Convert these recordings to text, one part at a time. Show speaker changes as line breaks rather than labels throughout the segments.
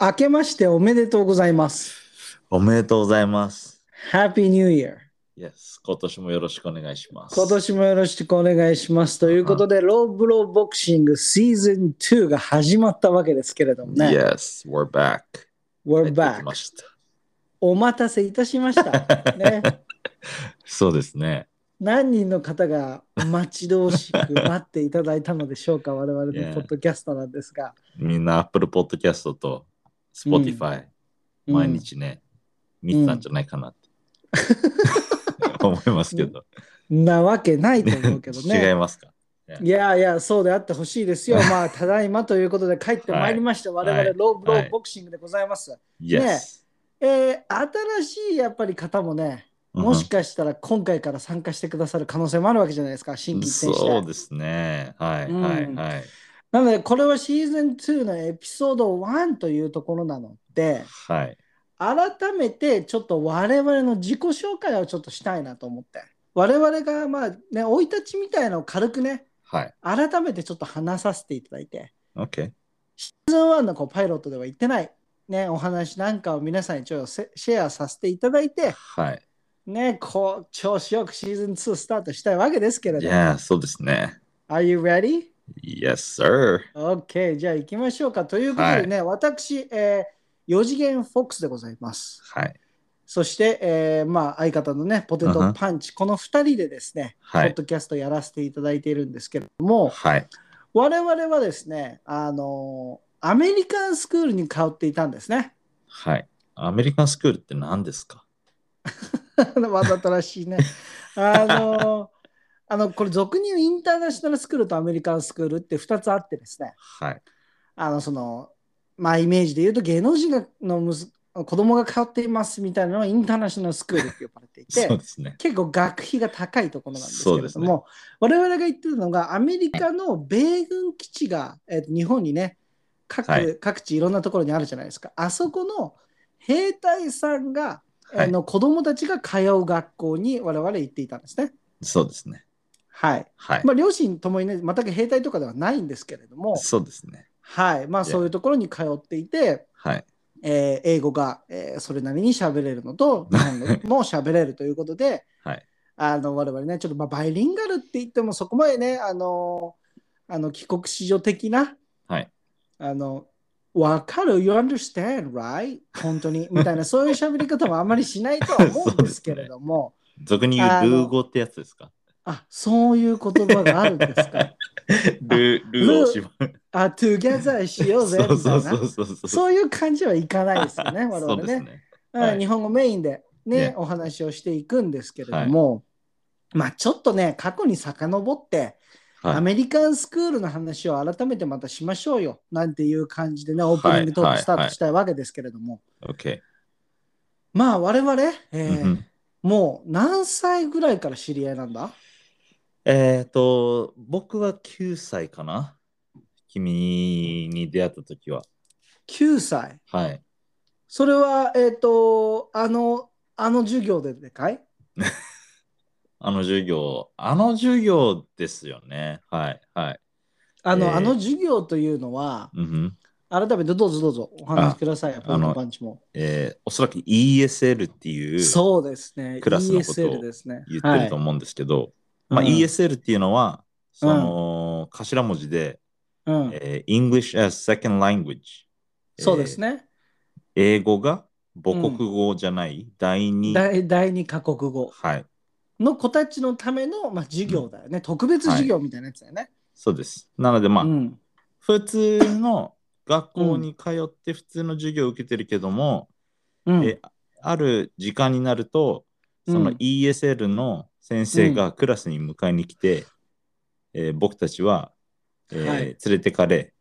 明けましておめでとうございます。
おめでとうございます。
Happy New Year!
Yes. 今年もよろしくお願いします。
今年もよろしくお願いします。ということで、ローブローボクシングシーズン2が始まったわけですけれどもね。
Yes, we're back.
We're
帰ってき
back.
ました
お待たせいたしま した。ね、
そうですね。
何人の方が待ち遠しく待っていただいたのでしょうか、我々の
Yeah.
ポッドキャストなんですが。
みんな Apple Podcast と Spotify、
うん
毎日ね、見てたんじゃないかなって、思いますけど。
なわけないと思うけど
違い
ね。
ますか
いやいや、そうであってほしいですよ。まあ、ただいまということで帰ってまいりました。我
は
々、
い
ローブロ
は
ー
い
ボクシングでございます。ね
?Yes.
えー新しいやっぱり方もね、もしかしたら今回から参加してくださる可能性もあるわけじゃないですか、
う
新
ん
規一転
そ
し
う
て。
ですね。はい、
うん
はい、はい。
なので、これはシーズン2のエピソード1というところなので、
はい。
改めてちょっと我々の自己紹介をちょっとしたいなと思って、我々がまあね、生い立ちみたいのを軽くね、
はい。
改めてちょっと話させていただいて、
OK。
シーズン1のこうパイロットでは言ってない、ね、お話なんかを皆さんにちょっとせシェアさせていただいて、
はい。
ね、こう、調子よくシーズン2スタートしたいわけですけれども。
Yeah, そうですね。
Are you ready?OK、
Yes, sir.
Okay じゃあ行きましょうか。ということでね、私、えー、4次元フォックスでございます。
はい。
そして、えーまあ、相方のね、ポテトパンチ、この2人でですね、
は
ポッ
い。
ドキャストやらせていただいているんですけれども、
はい。
我々はですね、あのーアメリカンスクールに通っていたんですね。
はい。アメリカンスクールって何ですか
わざとらしい ね。あのーあのこれ俗に言うインターナショナルスクールとアメリカンスクールって2つあってですね
はい。
あのそのまあイメージで言うと芸能人がのむす子供が通っていますみたいなのはインターナショナルスクールって呼ばれていて
そうですね。
結構学費が高いところなんですけ
そう
れ
で
ど
す
も、
ね
我々が言ってるのがアメリカの米軍基地が、えーと日本にね各,、
はい
各地いろんなところにあるじゃないですかあそこの兵隊さんが、
は
あ
い。
の子供たちが通う学校に我々行っていたんですね。
そうですね。
はい
はい。
まあ、両親ともにね全く兵隊とかではないんですけれども、
そうですね。
はいまあ、
Yeah.
そういうところに通っていて、
はい。
えー英語が、えーそれなりに喋れるの と日本語も喋れるということで
はい。
あの我々ねちょっとまあバイリンガルって言ってもそこまでねあのあの帰国子女的な
はい。
あの分かる You understand right 本当にみたいなそういう喋り方もあんまりしない とは思うんですけれども
俗に言
あ
う
の
ルー語ってやつですか
あそういう言葉があるんです か
ルー、ルーをしまう。
あ together しようぜみた
そ
いうな
そうそうそうそう。
そういう感じはいかないですよ ね、我
そ
々
う
ね。
ですね。
うん
はい
日本語メインで、ね
ね
お話をしていくんですけれども、まあ、ちょっとね、過去に遡って、ア
はい。
メリカンスクールの話を改めてまたしましょうよなんていう感じでね、オープニングトー
は
ク
い
スタートしたいわけですけれども、
OK。
まあ、我々、えー
うん
もう何歳ぐらいから知り合いなんだ
えっと、僕は9歳かな君に出会った時は。
?9 歳。
はい。
それは、えっ、と、あの、あの授業ででかい
あの授業、あの授業ですよね。はい。はい。
あの、
えー
あの授業というのは、
うんうん
改めてどうぞどうぞお話しください、ポ
あ
ン
の
トパンチも。
えーおそらく ESL っていう。
そうですね。
クラスのことを
ESL ですね。
言ってると思うんですけど、まあ、
はい
ESL っていうのは、その頭文字で、
うんうん
えー English as Second Language。
そうです
ね。
ね。
英語が母国語じゃない、第二、
第第二カ国語
はい。
の子たちのための、まあ、授業だよね、特別授業みたいなやつだよね。
そうです。なので、まあ、
うん
普通の学校に通って普通の授業を受けてるけども、
うん
えある時間になると、その
うん
ESL の先生がクラスに迎えに来て、えー僕たちは、えー
はい
連れてかれ、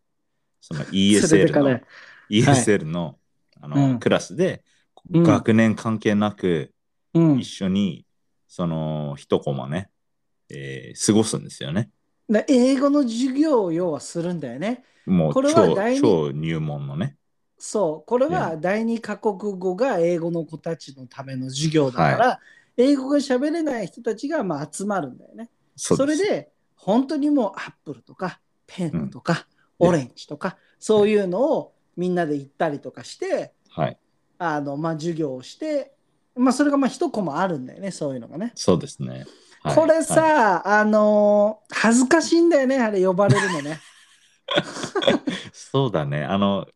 その
それで
ESL
か
の
ね
ESL の,、あの
うん
クラスで、
うん
学年関係なく
うん
一、緒にその一コマね、えー過ごすんですよね。
で英語の授業を要はするんだよね。
もう
これは
超
第二
超入門のね。
そう、これは第二カ国語が英語の子たちのための授業だから、英語が喋れない人たちがまあ集まるんだよね。
そ
そう
で
れ
す
で本当にもうアップルとかペンとか、
うん
オレンジとか、そういうのをみんなで行ったりとかして
はい。
あの、まあ、授業をして、まあ、それがまあ一コマあるんだよねそういうのがね。
そうですね。はい
これさ、、あのー恥ずかしいんだよねあれ呼ばれるのね。
そうだね。あの、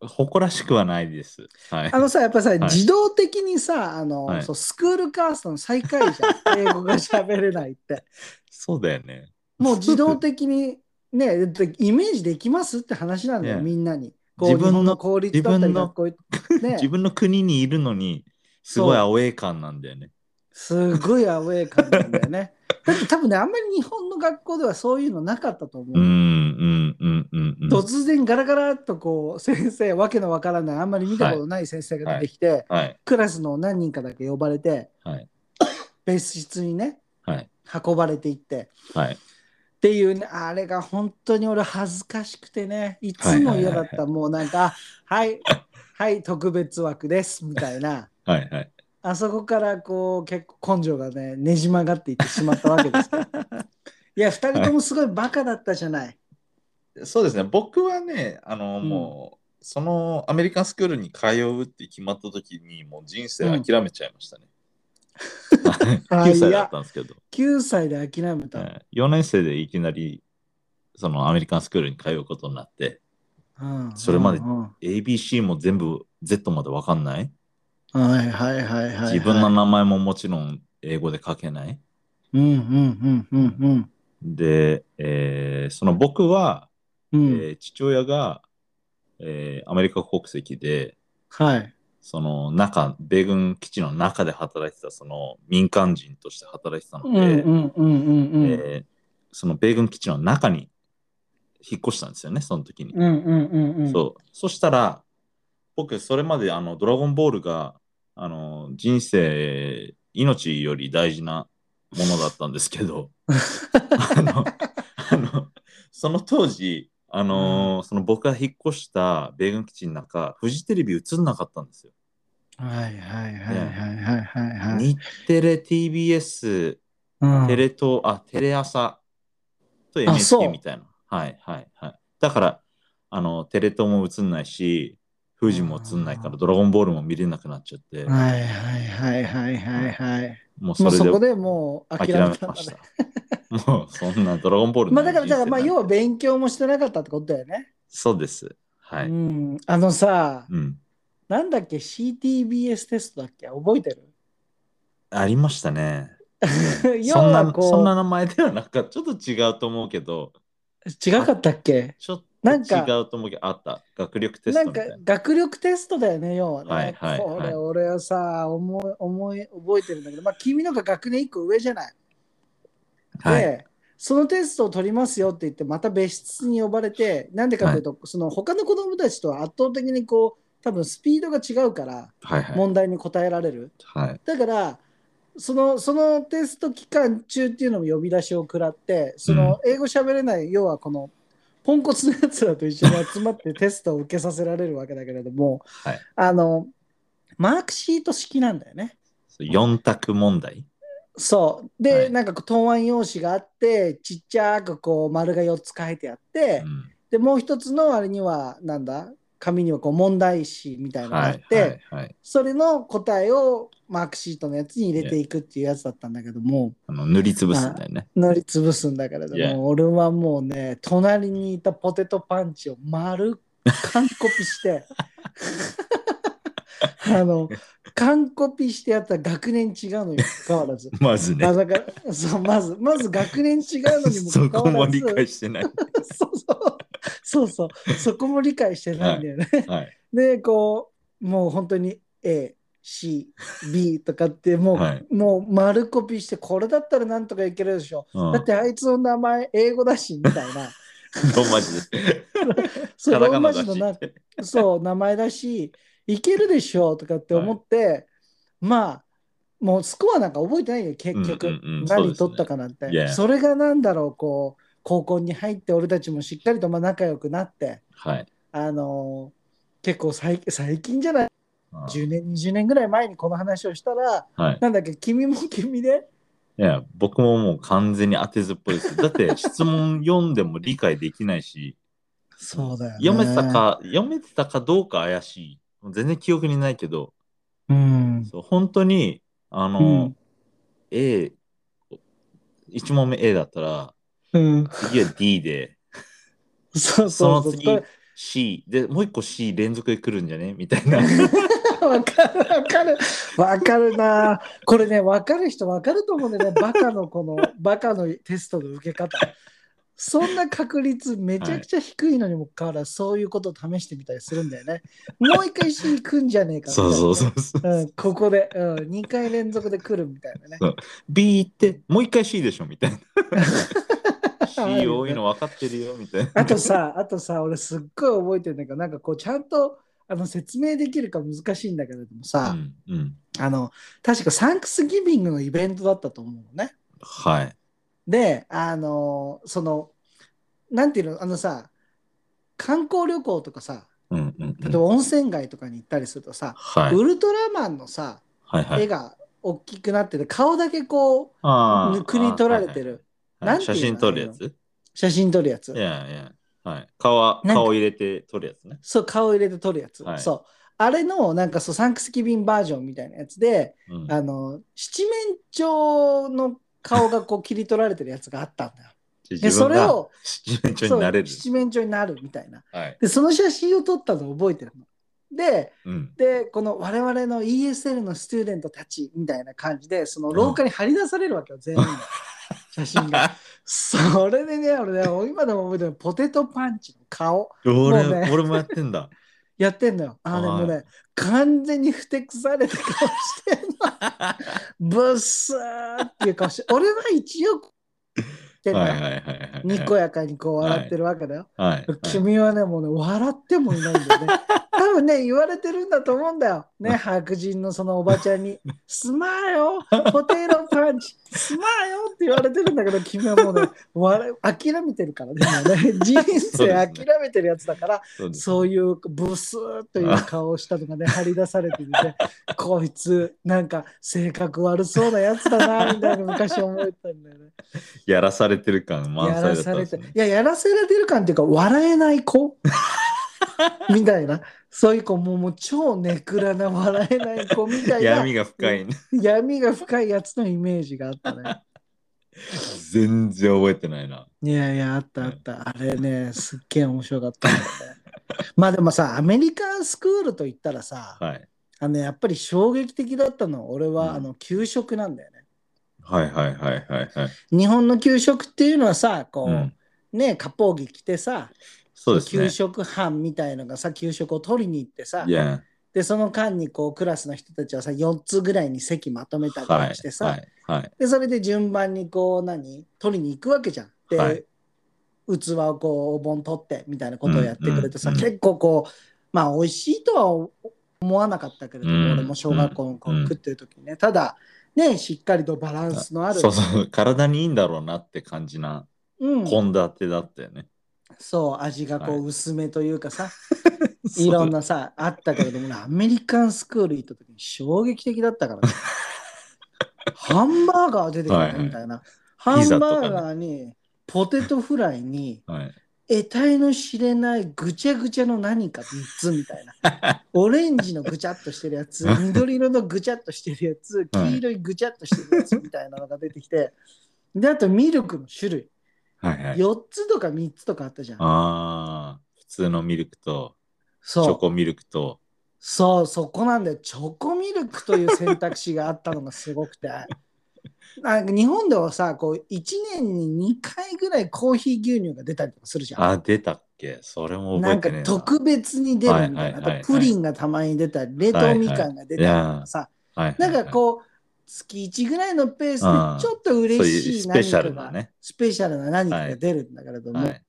誇らしくはないです。はい
あ。のさやっぱさ、
い
自動的にさあの、
はい
そうスクールカーストの最下位じゃん英語が喋れないって。
そうだよね。
もう自動的にねでイメージできますって話なんだよ、
ね
みんなに。
自分の
こう日本公立だったり
自分の
学校行っね
自分の国にいるのに、すご
そ
い
う
アウェー感なんだよね。
すごいアウェー感なんだよね。 だって多分ねあんまり日本の学校ではそういうのなかったと思う。
うん、うん、うん、うんうん。
突然ガラガラっとこう先生わけのわからないあんまり見たことない先生が出てきて、
はい、
クラスの何人かだけ呼ばれて
はい、
別室にね
はい、
運ばれていって
はい。
っていうねあれが本当に俺恥ずかしくてねいつも嫌だった、
は
もうなんか「はいはい特別枠です」みたい な
はい、はい。
あそこからこう結構根性がねねじ曲がっていってしまったわけです よいや2人ともすごいバカだったじゃない。
そうですね。僕はね、あの、
うん
もう、そのアメリカンスクールに通うって決まった時に、もう人生諦めちゃいましたね。
はい
9歳だったんですけど、
9歳で諦めた。
はい4年生でいきなり、そのアメリカンスクールに通うことになって、
うん
それまで
うんうん
ABC も全部 Z までわかんない。
はいはいはいはい。
自分の名前ももちろん英語で書けない。
うんうんうんうん
で、えーその僕は、
うん。うん
えー父親が、えーアメリカ国籍で、
はい。
その中、米軍基地の中で働いてた、その民間人として働いてたの
うんう
で、
んうんうんうん。
えーその米軍基地の中に引っ越したんですよね、その時に。
うんうんうんうん。
そう。そしたら、僕、それまであの、ドラゴンボールが、あの、人生、命より大事なものだったんですけど、あの、あの、その当時、あのその僕が引っ越した米軍基地の中、フジテレビ映んなかったんですよ。
はいはいはいはいはいはいはい。
日テレ、TBS、
うん
テレ東、あ、テレ朝と
あそう
NHK みたいな。はいはいはい。だから、あの、テレ東も映んないし、富士も映んない
う
から、
ん
ドラゴンボールも見れなくなっちゃって、
はいはいはいはいはいはい。
もうそ
もうそこ
れで
でもう諦
諦
め
め
たん
ま
だ
し
ね
た。。 もうそんなドラゴンボール
まあ
な
だか
んて
らだからまあ
人生ない
要は勉強もしてなかったってことだよね。
そうです。は
う
い。
ん。あのさ、
うん。
なんだっけ CTBS テストだっけ覚えて
ありましたね。
る要
そん
は
な、そんな
こ
名前ではなんかちょっと違うと思うけど、
う違かったっけ
ちょっと
なんか
違うと思うけど、あった。学力テス
な
ト
ん
みた
か
いな。
学力テストだよね、要はね。
はいはいはい
これ俺はさ、思い、思い、覚えてるんだけど、まあ君のが学年1個上じゃない。
はい。
で、そのテストを取りますよって言って、また別室に呼ばれて、なんでかというと、その他の子供たちとは圧倒的にこう、多分スピードが違うから、
はいはい。
問題に答えられる。
はい。
だから、そのそのテスト期間中っていうのも呼び出しを食らって、その英語喋れない、要はこのポンコツのやつらと一緒に集まってテストを受けさせられるわけだけれども、
はい
あのマークシート式なんだよね。
4択問題。
そうで、
はい
なんかこう答案用紙があってちっちゃくこう丸が4つ書いてあって、
うん
でもう一つのあれにはなんだ紙にはこう問題紙みたいなのがあって、
はいはいはい、
それの答えをマークシートのやつに入れていくっていうやつだったんだけども、
あの塗りつぶすんだよね。
乗り潰すんだけれども、
Yeah.
俺はもうね隣にいたポテトパンチを丸完コピして あの完コピしてやったら学年違うのにもかかわらず。
まず
ま
ね
あ、。だからそうまずまず学年違うのにも
そ
かか
こ
わ
も
らず
理解してない。
そうそうそうそうそこも理解してないんだよね。
はい。
でこうもう本当に ACB とかってもう,、
はい
もう丸コピーしてこれだったらなんとかいけるでしょ、
うん
だってあいつの名前英語だしみたいな
ローマ字で。
そう
カタ
ロー
カ
マ
ナ
字
だ
の
し
なそう名前だしいけるでしょうとかって思って、まあもうスコアなんか覚えてないよ結局、
うんうんうんそうです
何
ね
取ったかなんてそ,、
Yeah
れがなんだろうこう高校に入って俺たちもしっかりとまあ仲良くなって
はい。
あのー結構最最近じゃない
うん
10年、20年ぐらい前にこの話をしたら、
はい。
なんだっけ、君も君で、
いや、僕 ももう完全に当てずっぽいです。だって質問読んでも理解できないし、
そうだよ、ね。
読めてた。か、読めてたかどうか怪しい。もう全然記憶にないけど、
うん。
そう本当に、あの、
うん
A、1問目 A だったら、
うん。
次は D で、
そう
そ
そう
の
そう。
次 C、で、もう一個 C 連続で来るんじゃねみたいな。
わかるわかるわかるなこれねわかる人わかると思うんだよねバカのこのバカのテストの受け方そんな確率めちゃくちゃ低いのにもかかわらずそういうことを試してみたりするんだよねもう一回 C 来んじゃねえかみたい
そ
な
うそうそうそう。
うん、ここで、うん、2回連続で来るみたいなね
B って、もう一回 C でしょみたいな。C
あるよね
多いの分かってるよ、みたいな。
あとさあとさ俺すっごい覚えてるんだけどなんかこうちゃんとあの説明できるか難しいんだけれどもさ、
うん、うん。
あの確かサンクスギビングのイベントだったと思うのね
はい。
で、あのその、なんていうの、あのさ、観光旅行とかさ、
うんうんう
例え
ん。
ば温泉街とかに行ったりするとさ、
はい。
ウルトラマンのさ、
はいは
絵
い。
が大きくなってて、顔だけこ
あ
う、
ー
くり取られて。る、
あーはいは
なん
い
ていう
写
の
真撮るやつ
写真撮るやつ
い。やいや。はい。顔は、
なんか
顔入れて撮るやつね。
そう、顔入れて撮るやつ。
はい
そう。あれの、なんかそう、サンクスギビンバージョンみたいなやつで、
うん
あの、七面鳥の顔がこう切り取られてるやつがあったんだよ。で、
自
そ
分
れ
が
を、
七面鳥
そ
になれ
う、
る。
七面鳥になるみたいな。
はい。
で、その写真を撮ったのを覚えてるの。で、
うん。
で、この我々の ESL のスチューデントたちみたいな感じで、その廊下に張り出されるわけよ、全員の写真が。それでね、俺ね、今でも覚えてるポテトパンチの顔
俺
もうね
俺もやってんだ。
やってんのよ。あーで
はい
もね、完全にふてくされた顔してんの。 ブッスーっていう顔して、俺は一応、てんの
は
よ
いはいはいはい。
にこやかにこう笑ってるわけだよ。
はい。はい。
君はね、もうね、笑ってもいないんだよね。 多分ね、言われてるんだと思うんだよ。ね、白人のそのおばちゃん に、すまーよ、ポテトパンチ、すまーよって言われてるんだけど、君はもうね、笑い諦めてるからね、もうね人生諦めてるやつだから、
そうです
そういうブスーという顔をしたのがね、張り出されてて、こいつ、なんか性格悪そうなやつだな、みたいな昔思えたんだよね。
やらされてる感満
や
載だ
ら
った
さ
んで
れ
す
て、
ね。
いや、やらされてる感っていうか、笑えない子 みたいな。そういう子、もうもう超ネクラな笑えない子みたいな
闇が深いね。
闇が深いやつのイメージがあった ね。
全然覚えてないな。
いやいや、あったあった。あれね、すっげえ面白かったん だよね。まあでもさ、アメリカンスクールと言ったらさ、
はい。
あのねやっぱり衝撃的だったのは、俺は、
うん
あの給食なんだよね。
はいはいはいはいはい。
日本の給食っていうのはさ、こう、
うん
ね、割烹着着てさ、
そうですね
給。食班みたいのがさ給食を取りに行ってさ
いや、
でその間にこうクラスの人たちはさ4つぐらいに席まとめたりと
は
か
い
して。さ、
はい。はい。
でそれで順番にこう何取りに行くわけじゃん。で、
はい
器をこうお盆取ってみたいなことをやってくれてさ、
うんうんうん
結構こうまあ美味しいとは思思わなかったけれども、
うん
俺も小学校の頃
うん
食ってる時にね、ただねしっかりとバランスのある
そうそう。体にいいんだろうなって感じな
うん、
献立だったよね。
そう味がこう薄めというかさ、
そう
いろんなさ、あったけれどもね、アメリカンスクール行った時に衝撃的だった からね。ハンバーガー出てきたみたいな。
い
ハ
ピザ
ンバ
とかね
ーガーに、ポテトフライに、
はい。
得体の知れないぐちゃぐちゃの何か3つみたい な。オレンジのぐちゃっとしてるやつ、緑色のぐちゃっとしてるやつ、
はい
黄色いぐちゃっとしてるやつみたいなのが出てきて、で、あとミルクの種類、
はいはい。
4つとか3つとかあったじゃん。
ああ、普通のミルクと、チ
そう。
ョコミルクと、
そう、そこなんだよ。チョコミルクという選択肢があったのがすごくて。 なんか日本ではさ、こう、1年に2回ぐらいコーヒー牛乳が出たりとかするじゃん。
あ、出たっけそれも覚
な
え
ん
て
か
ねえな。
特別に出るみたい
はいは
な。
いはいはい
あとプリンがたまに出たり、冷凍みかんが出たりとかさ、
はいはいは、
ないんかこう、月1ぐらいのペースでちょっと嬉しい
そういうスペ
何
シャ
か
ル
が
な、ね。
スペシャルな何かが出るんだけれども、
はい、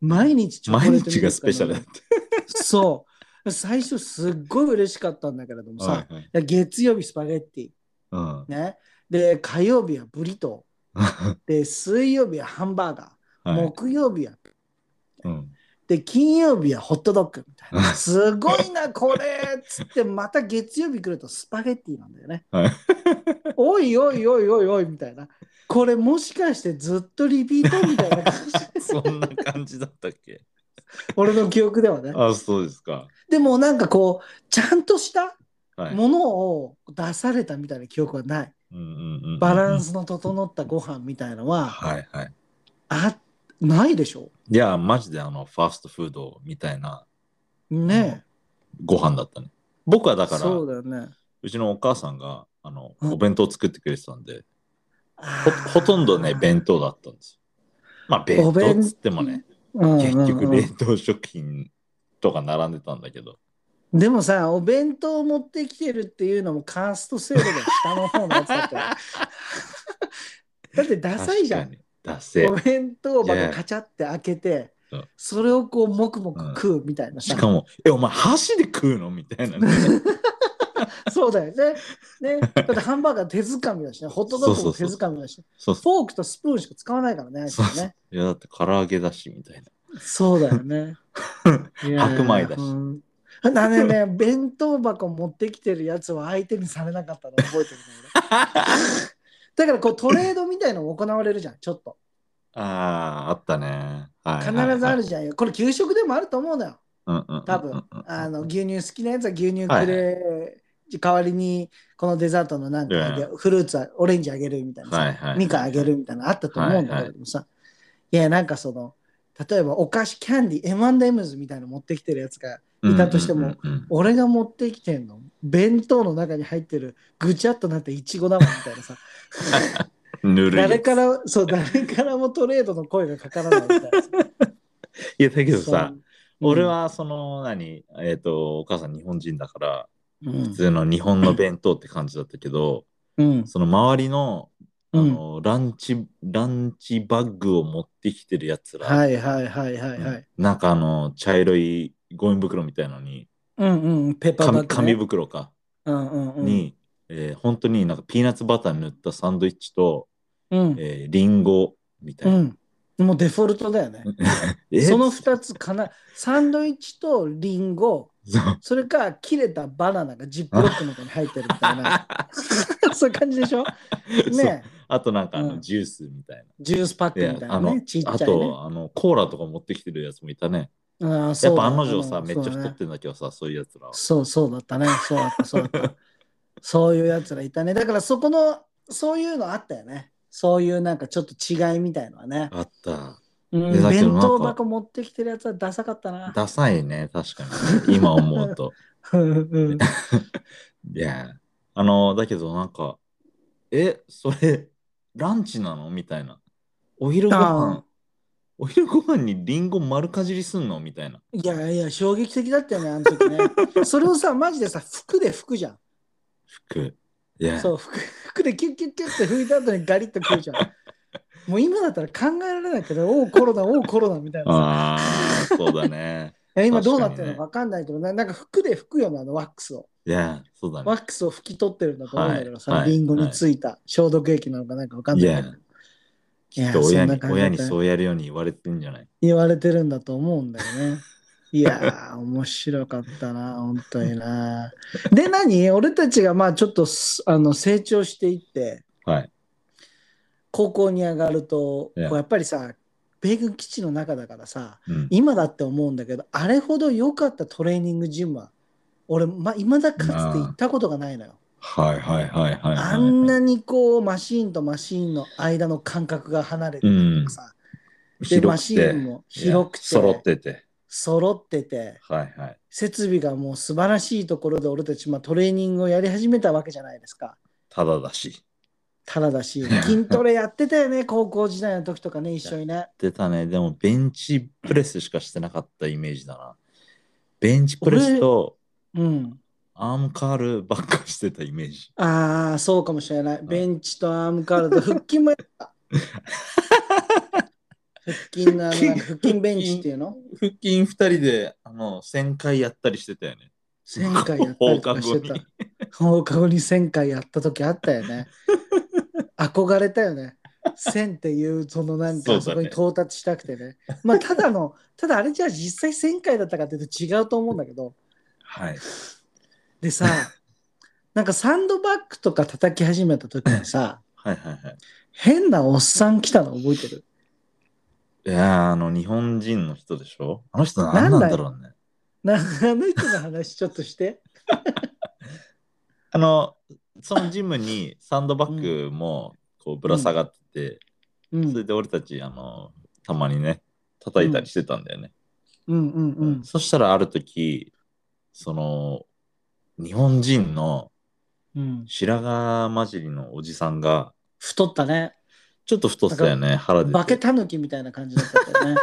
毎日チョコレ
毎
ートミルク
日がスペシャルだっ
そう。最初すっごい嬉しかったんだけれども
た。
さ、
はいはい
で月曜日スパゲッティ、
うん
ね、で火曜日はブリトーで水曜日はハンバーガー、
はい
木曜日は
うん。
で金曜日はホットドッグみたいなすごいなこれっつってまた月曜日来るとスパゲッティなんだよね。
はい
おいおいおいおいおいみたいな。これもしかしてずっとリピートみたいな感じ
そんな感じだったっけ
俺の記憶ではね
あ、そうですか。
でもなんかこうちゃんとした
はい。
ものを出されたみたいな記憶はない
うんうんうんうん
バラン。スの整ったご飯みたいのは
はいはい。
あないでしょ
いや、マジであの、ファーストフードみたいな
ね
ご飯だったね。僕はだ
え
から、
そう
う
だよね
ちのお母さんが、あの、
うん
お弁当作ってくれてたんで、ほ
ほ
ほとんどね、弁当だったんですよ。まあ、弁当っつってもね、
当
結局冷凍食品とか並んでたんだけど、
でもさお弁当を持ってきてるっていうのもカースト制度の下の方のやつだったよだってダサいじゃん
確かに。出せ
お。弁当箱
Yeah.
カチャって開けて
そう
それをこうもくもく食うみたいな
し
さ、
かも、え、お前、箸で食うのみたいなね。
そうだよねねだってハンバーガー手づかみだしねホットドッグも手づかみだし
そうそう。
フォークとスプーンしか使わないからねあいつ
そう
ら
そう
ね
いや、だって唐揚げだし、みたいな。
そうだよねいやー
白米だし
うんだねね 弁当箱持ってきてるやつは相手にされなかったの覚えてるね俺だ からこうトレードみたいのも行われるじゃん、ちょっと。
ああ、あったね。はい
必
はいはい
ずあるじゃんよ。これ給食でもあると思うのよ。
うんうんうんうん
多分あの牛乳好きなやつは牛乳くれ、代わりにこのデザートのなんかあげフルーツはオレンジあげるみたいな
はい
さ、
はい。
みかんあげるみたいなのあったと思うんだけどもさ。いや、なんかその、例えばお菓子、キャンディー、M&M's みたいなの持ってきてるやつが、いたとしても
うんうんうん
俺が持ってきてんの、弁当の中に入ってるぐちゃっとなったいちごだもんみたい なさ。
うん。ぬるいやつ。
誰から、そう、誰からもトレードの声がかからないみたいな。
いや、だ けどさ
そ、う、
俺はその、何、えっと、お母さん日本人だから、
う
普
ん、
通の日本の弁当って感じだったけど、
うん、
その周りの、あ
うん
の、ランチ、ランチバッグを持ってきてるやつら。
はいはいはいはいはい。
なんかあの、茶色いゴミ袋みたいのに、
うんうん、ペーパーバッグ、
紙紙
ね。
袋か、
うんうんうん。
に、えー本当になんかピーナッツバター塗ったサンドイッチと、
うん、
えーリンゴみたいな。
うん。もうデフォルトだよね。
えー
そ の2つかな、サンドイッチとリンゴ、
そう
それか切れたバナナがジップロックの中に入ってるみたい な、そういう感じでしょ
そう
ね
あとなんかあの、
うん
ジュースみたい
ジュースパック
な。
みたいな
あの
ね、ちっちゃ
あ
いね。
とあのコーラとか持ってきてるやつもいたね。
あーそ
やっ
うだ
ぱ案の定さ、
の
めっちゃ
そう
太
だね
ってんだけどさ、そういうやつらは。
そうそうだったね。そうだった、そうだ った。そういうやつらいたね。だからそこの、そういうのあったよね。そういうなんかちょっと違いみたいのはね。
あった。
うん、
でだけど
弁
なんか
当箱持ってきてるやつはダサかったな。
ダサいね、確かに。今思 うと。
うんうん
いや、あの、だけどなんか、え、それ、ランチなのみたいな。お昼ご
あ
飯お昼ご飯にリンゴ丸かじりすんのみたいな。
いやいや、衝撃的だったよね、あの時 ね。それをさ、マジでさ、服で服じゃん。
服。いや、
そう、服服でキュッキュッキュッって拭いた後にガリッと食うじゃん。もう今だったら考えられないけど、おうコロナ、おうコロナみたいなさ。
ああ、そう だね。
いや今どうなって
確かにね
るのか分かんないけど、ななんか服で拭くよね、あのワックスを。
いや、そうだね
ワ。ックスを拭き取ってるんだと思うんだけどさ、
はいはい
リンゴについた消毒液なのかなんかわかんないけど、
Yeah.
いや
きっと親
そ
に
んな感じだ
親
った
にそうやるように言われてんじゃない
言われてるんだと思うんだよ ね。いやー、面白かったな、本当にな。で、何俺たちがまあちょっとすあの成長していって、
はい。
高校に上がると、
Yeah.
こうやっぱりさ、米軍基地の中だからさ、
うん、
今だって思うんだけど、あれほど良かったトレーニングジムは、俺、まあ、未だかつて行ったことがないのよ。
はいはいはいはいはい。
あんなにこうマシーンとマシーンの間の間隔が離れてるとかさ、でマシーンも広くて
いや揃ってて。
揃ってて
はいはい。
設備がもう素晴らしいところで俺たち、まあ、トレーニングをやり始めたわけじゃないですか
ただだし。
ただだし筋トレやってたよね高校時代の時とかね一緒にね
出たね。でもベンチプレスしかしてなかったイメージだな。ベンチプレスと
うん
アームカールばっかしてたイメージ。
ああそうかもしれないベンチとアームカールと腹筋もやった腹筋のあのなんか腹筋ベンチっていうの
腹筋2人であの1000回やったりしてたよね。
1000回やったりとかしてた。放課後に1000回やった時あったよね。憧れたよね。1000っていうそのなん
そうだ
かそ
ね
こに到達したくてね。まあただの、ただあれじゃあ実際1000回だったかっていうと違うと思うんだけど。
はい。
でさ、なんかサンドバッグとか叩き始めた時にさ、
はいはいはい。
変なおっさん来たの覚えてる
いやーあの、日本人の人でしょあの人何なんだろうね。
なあの人の話ちょっとして。
あの、そのジムにサンドバッグもこうぶら下がって
う
て、それ
ん、
で俺たち、あの、たまにね、叩いたりしてたんだよね。
うん、うん、うん。
そしたらある時、その、日本人の
うん、
白髪混じりのおじさんが、
太ったね。
ちょっと太ってたよね、腹で。
化けたぬきみたいな感じだった よね。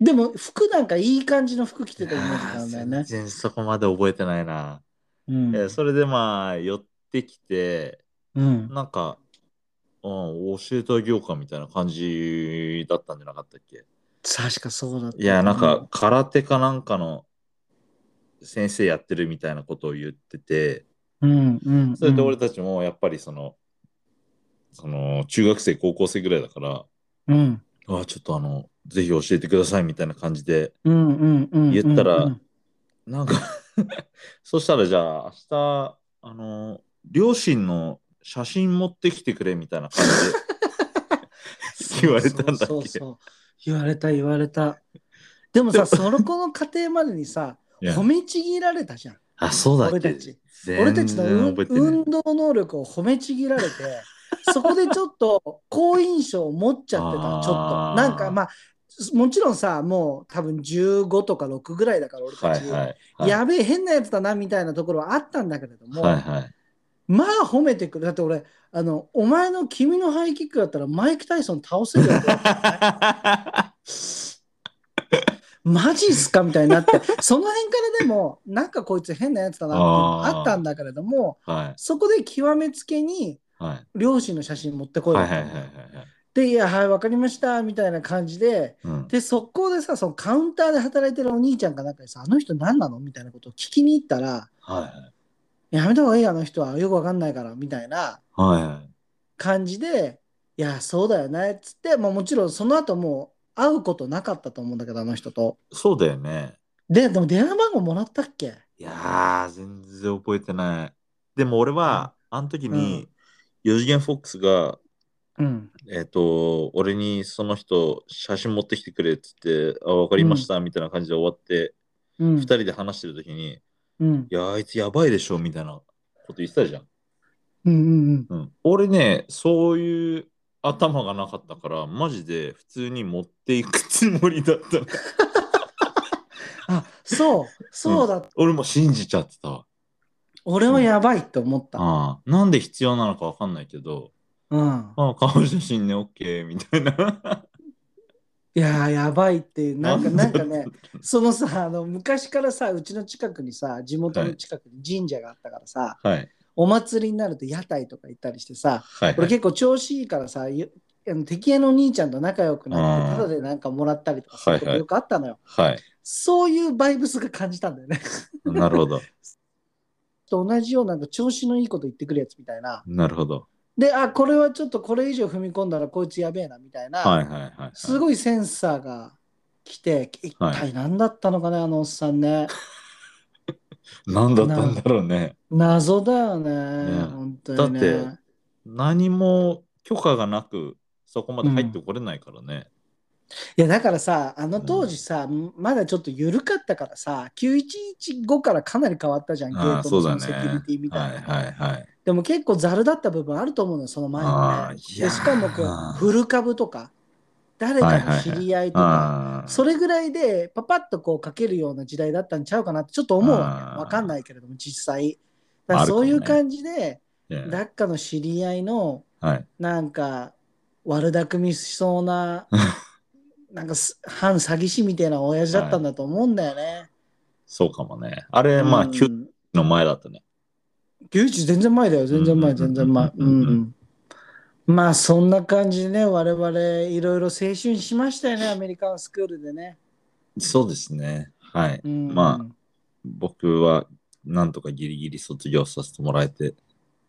でも服なんかいい感じの服着てたイメージなんだよ
いやー
ね。
全然そこまで覚えてないな。
うん
えーそれでまあ、寄ってきて、
うん、
なんか、うん、教えてあげようかみたいな感じだったんじゃなかったっけ
確かそうだった。
いや、なんか、空手かなんかの先生やってるみたいなことを言ってて、
うん、うん、うん。
それで俺たちもやっぱりその、その、中学生、高校生ぐらいだから、
うん、
あちょっとあの、ぜひ教えてくださいみたいな感じで、
うん、うん、うん。
言ったら
うん
なんか、 そしたらじゃあ明日、あの、両親の写真持ってきてくれみたいな感じ で言われたんだっけ
そうそうそう言われた、言われた。でもさ、その子の家庭までにさ、
いや
褒めちぎられたじゃん。
あ、そうだっけ
俺たち。俺
全
た
然
ちの運
覚えてない
運動能力を褒めちぎられて、 そこでちょっと好印象を持っちゃってた
あー
の、ちょっと。なんかまあ、もちろんさ、もう多分15とか6ぐらいだから、俺
は
たち。
いはいはい。
やべえ、変なやつだなみたいなところはあったんだけれども、
はいはい。
まあ褒めてくる。だって俺、あの、お前の君のハイキックだったらマイク・タイソン倒せる よ。マジっすかみたいになって、その辺からでも、なんかこいつ変なやつだなっていうのがあったんだけれども、
はい
そこで極めつけに、
はい。
両親の写真持ってこいよ
はいはいはいはいはい。
で、いや、はい、わかりました、みたいな感じで、
うん
で、速攻でさ、そのカウンターで働いてるお兄ちゃんかなんかにさ、あの人何なのみたいなことを聞きに行ったら、
はいはい
やめた方がいいよ、あの人は。よくわかんないから、みたいな
はいはい。
感じで、いや、そうだよね、っつって、まあ、もちろんその後もう会うことなかったと思うんだけど、あの人と。
そうだよね。
で、でも電話番号もらったっけ
いやー、全然覚えてない。でも俺は、あの時に、四次元フォックスが、
うん。
えっと、俺にその人、写真持ってきてくれっつって、あ、わかりました、みたいな感じで終わって、
う
二
ん。
人で話してる時に、い
うん。
や、あいつやばいでしょ、みたいなこと言ってたじゃん。
うんうん
うん、俺ね、そういう頭がなかったから、マジで普通に持っていくつもりだったの。
あ、そう、そうだ、
俺も信じちゃってたわ。
俺はやばいって思った。
ああなんで必要なのかわかんないけど、
うん。
ああ顔写真ね、OK みたいな。
いやーやばいってなんか
な
なんん
だ
か ねそのさあの昔からさうちの近くにさ地元の近くに神社があったからさ、
はい。
お祭りになると屋台とか行ったりしてさ
はい、は
俺
い。
結構調子いいからさゆあの敵屋のお兄ちゃんと仲良くなっ
あー
てただでなんかもらったりとかすること
はいはい
よくあったのよ、
はい。
そういうバイブスが感じたんだよね
なるほど。
と同じようななんか調子のいいこと言ってくるやつみたいな
なるほど。
であこれはちょっとこれ以上踏み込んだらこいつやべえなみたいな、
はいはいはい。
す
い。
ごいセンサーが来て、一
はい
体何だったのかね、あのおっさんね。
何だったんだろうね。
謎だよね、
ね
本当にね。
だっ何も許可がなく、そこまで入ってこれないからね。
いや、だからさ、あの当時さ、まだちょっと緩かったからさ、9115からかなり変わったじゃん、ゲ
あ
ー
あ、
ト
そ
の
う
そ
だ
のセ
ね。
キュリティみたいな。
はいはいはい。
でも結構ざるだった部分あると思うのよ、その前
あ
の
あ
ね。
いや
でしかもこ
あ
う、
あ
古株とか、誰かの知り合いとか、
ああ。
それぐらいでパパッとこう書けるような時代だったんちゃうかなってちょっと思うわ
あ
け
ー
わかんないけれども実際だから
あるか
そ
も
う
ね
いう感じで
ね
誰かの知り合いの
はい。
なんか悪巧みしそう ななんかす反詐欺師みたいな親父だったんだと思うんだよね。
そうかもね。あれ、まあ、
うん
9の前だったね。
91全然前だよ全然前
うんうんう
全
ん
然前。
う
うん
うんうん
んまあそんな感じでね我々いろいろ青春しましたよねアメリカンスクールでね。
そうですね。はい。
うん
まあ僕は、なんとかギリギリ卒業させてもらえて。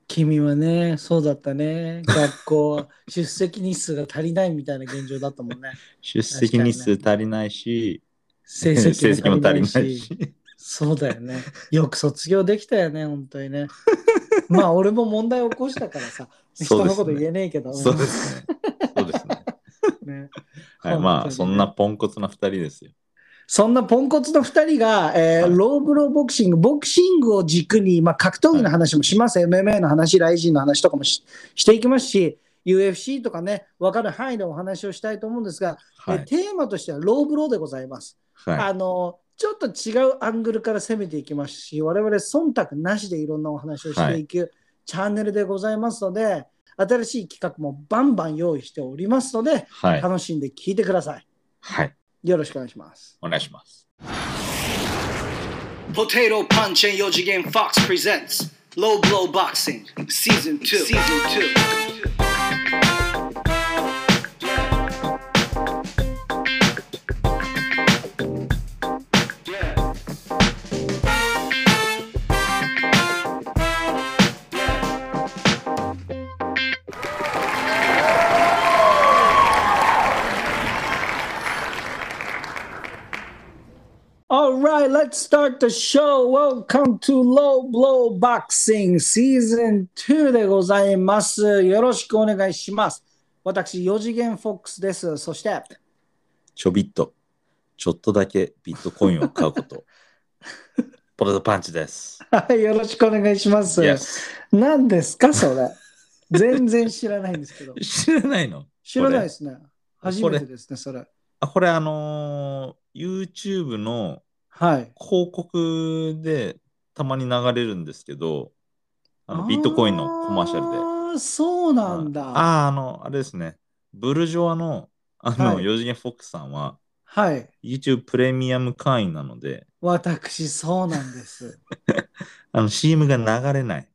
君はね、そうだったね。学校、 出席日数が足りないみたいな現状だったも んね。
出席日数足りないし、
成
成
績
績
も
も
足
足
り
り
な
ないい
し。
し。
そうだよね。よく卒業できたよね、本当にね。まあ俺も問題起こしたからさ、
そ
人の
うですね
こと言えねえけど。
そうですね。そうですね。
うんね
はい、
本
ま
当
あ、
に
そんなポンコツな二人ですよ。
そんなポンコツの2人が、えー
はい
ローブローボクシング、ボクシングを軸に、まあ、格闘技の話もします、MMA の話、ライジンの話とかもししていきますし、UFC とかね、分かる範囲でお話をしたいと思うんですが、
は
え
い。
テーマとしてはローブローでございます。
はい。
あのちょっと違うアングルから攻めていきますし、我々忖度なしでいろんなお話をしていく、チャンネルでございますので、新しい企画もバンバン用意しておりますので、
はい。
楽しんで聞いてください。
はい。
よろしくお願いします。
お願いします。
Potato Punch and Yoji Game Fox presents Low Blow Boxing Season 2. Season 2.
All right, let's start the show. Welcome to Low Blow Boxing Season 2でございます。よろしくお願いします。私、4次元フォックスです。そして、
ちょびっと、ちょっとだけビットコインを買う こと。ポテトパンチです。
はい、 よろしくお願いします。
Yes
何ですか、それ。全然知らないんですけど。
知らないの
知らないですね。初
こ
め
れ
てですね、それ。
あ、これあのー YouTube の
はい。
広告でたまに流れるんですけど、あ
あ
の
ー
ビットコインのコマーシャルで。
ああ、そうなんだ。
ああ、あの、あれですね。ブルジョアの、あ
は
の、
い
四次元フォックスさんは、
はい。
YouTube プレミアム会員なので、
私、そうなんです。
あの、CM が流れない。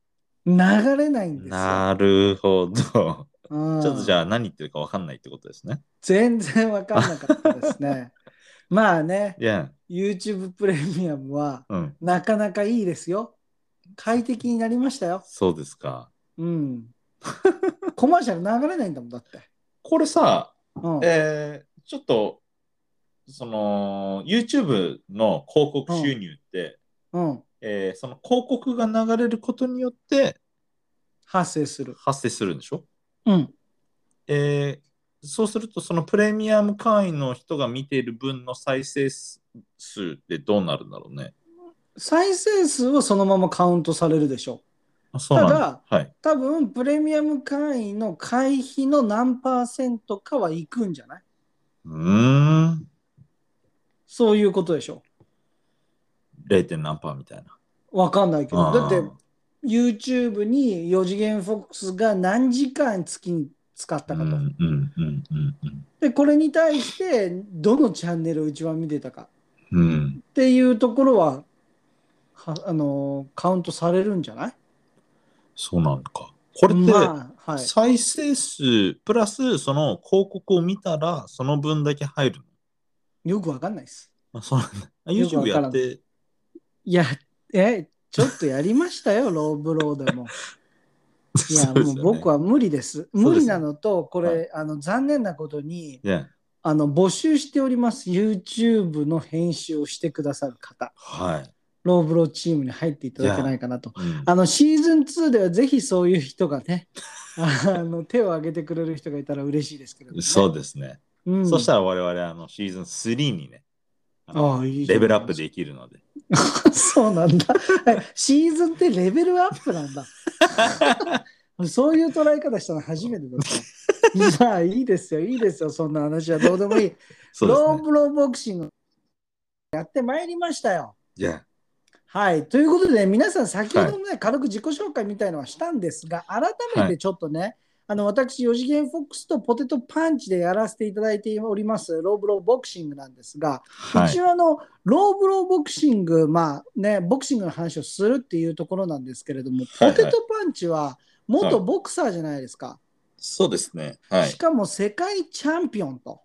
流れないんですよ。
なるほど。ちょ
うん
っとじゃあ何言ってるかわかんないってことですね。
全然わかんなかったです ね。まあね、
いや、
YouTube プレミアムは
うん、
なかなかいいですよ。快適になりましたよ。
そうですか。
うん。 コマーシャル流れないんだもんだって。
これさ、
うん、
えーちょっと、その、YouTube の広告収入って、
うん。
えーその広告が流れることによって
発生する。
発生するんでしょ
うん。
えーそうすると、そのプレミアム会員の人が見ている分の再生数ってどうなるんだろうね。
再生数はそのままカウントされるでしょ
あそうなんだ
た
はい。
多分、プレミアム会員の会費の何パーセントかはいくんじゃないう
ーん。
そういうことでしょ
0. 何パーみたいな。
わかんないけど。だって
あー、
YouTube に4次元フォックスが何時間月に使ったかと、
うんうんうんうんうん
でこれに対してどのチャンネルを一番見てたか
うん
っていうところははあのーカウントされるんじゃない
そうなんか。これって、
まあはい、
再生数プラスその広告を見たらその分だけ入るの。
よくわかんないです。
あそうなんだ。あ
よくわ
YouTube
からん
やって、
いやえちょっとやりましたよローブローでも。いやもう僕
は。
は無理です。
ね
無理なのとこれ、
は
あの残念なことに
いや
あの募集しております YouTube の編集をしてくださる方。
はい。
ローブローチームに入っていただけないかなと。
うん
あのシーズン2ではぜひそういう人が ね、あの手を挙げてくれる人がいたら嬉しいですけれど、ね。
そうですね。
うん
そしたら我々あのシーズン3にね、あの
ああいいじゃ
レ
ない
ベルアップできるので。
そうなんだ。はいシーズンってレベルアップなんだ。 そういう捉え方したの初めてだった。まあいいですよ、いいですよ、そんな話はどうでもいい。
そうで
ロ
す
ー
ね。
ブローボクシングやってまいりましたよ。
いや
はい。ということで、皆さん、先ほどね、軽く自己紹介みたいのはしたんですが、改めてちょっとね、あの、私、四次元フォックスとポテトパンチでやらせていただいております、ローブローボクシングなんですが、
はい
一応、あの、ローブローボクシング、まあね、ボクシングの話をするっていうところなんですけれども、
はい
ポ
はい
テトパンチは元ボクサーじゃないですか。
そうですね。はい
し。かも、世界チャンピオンと、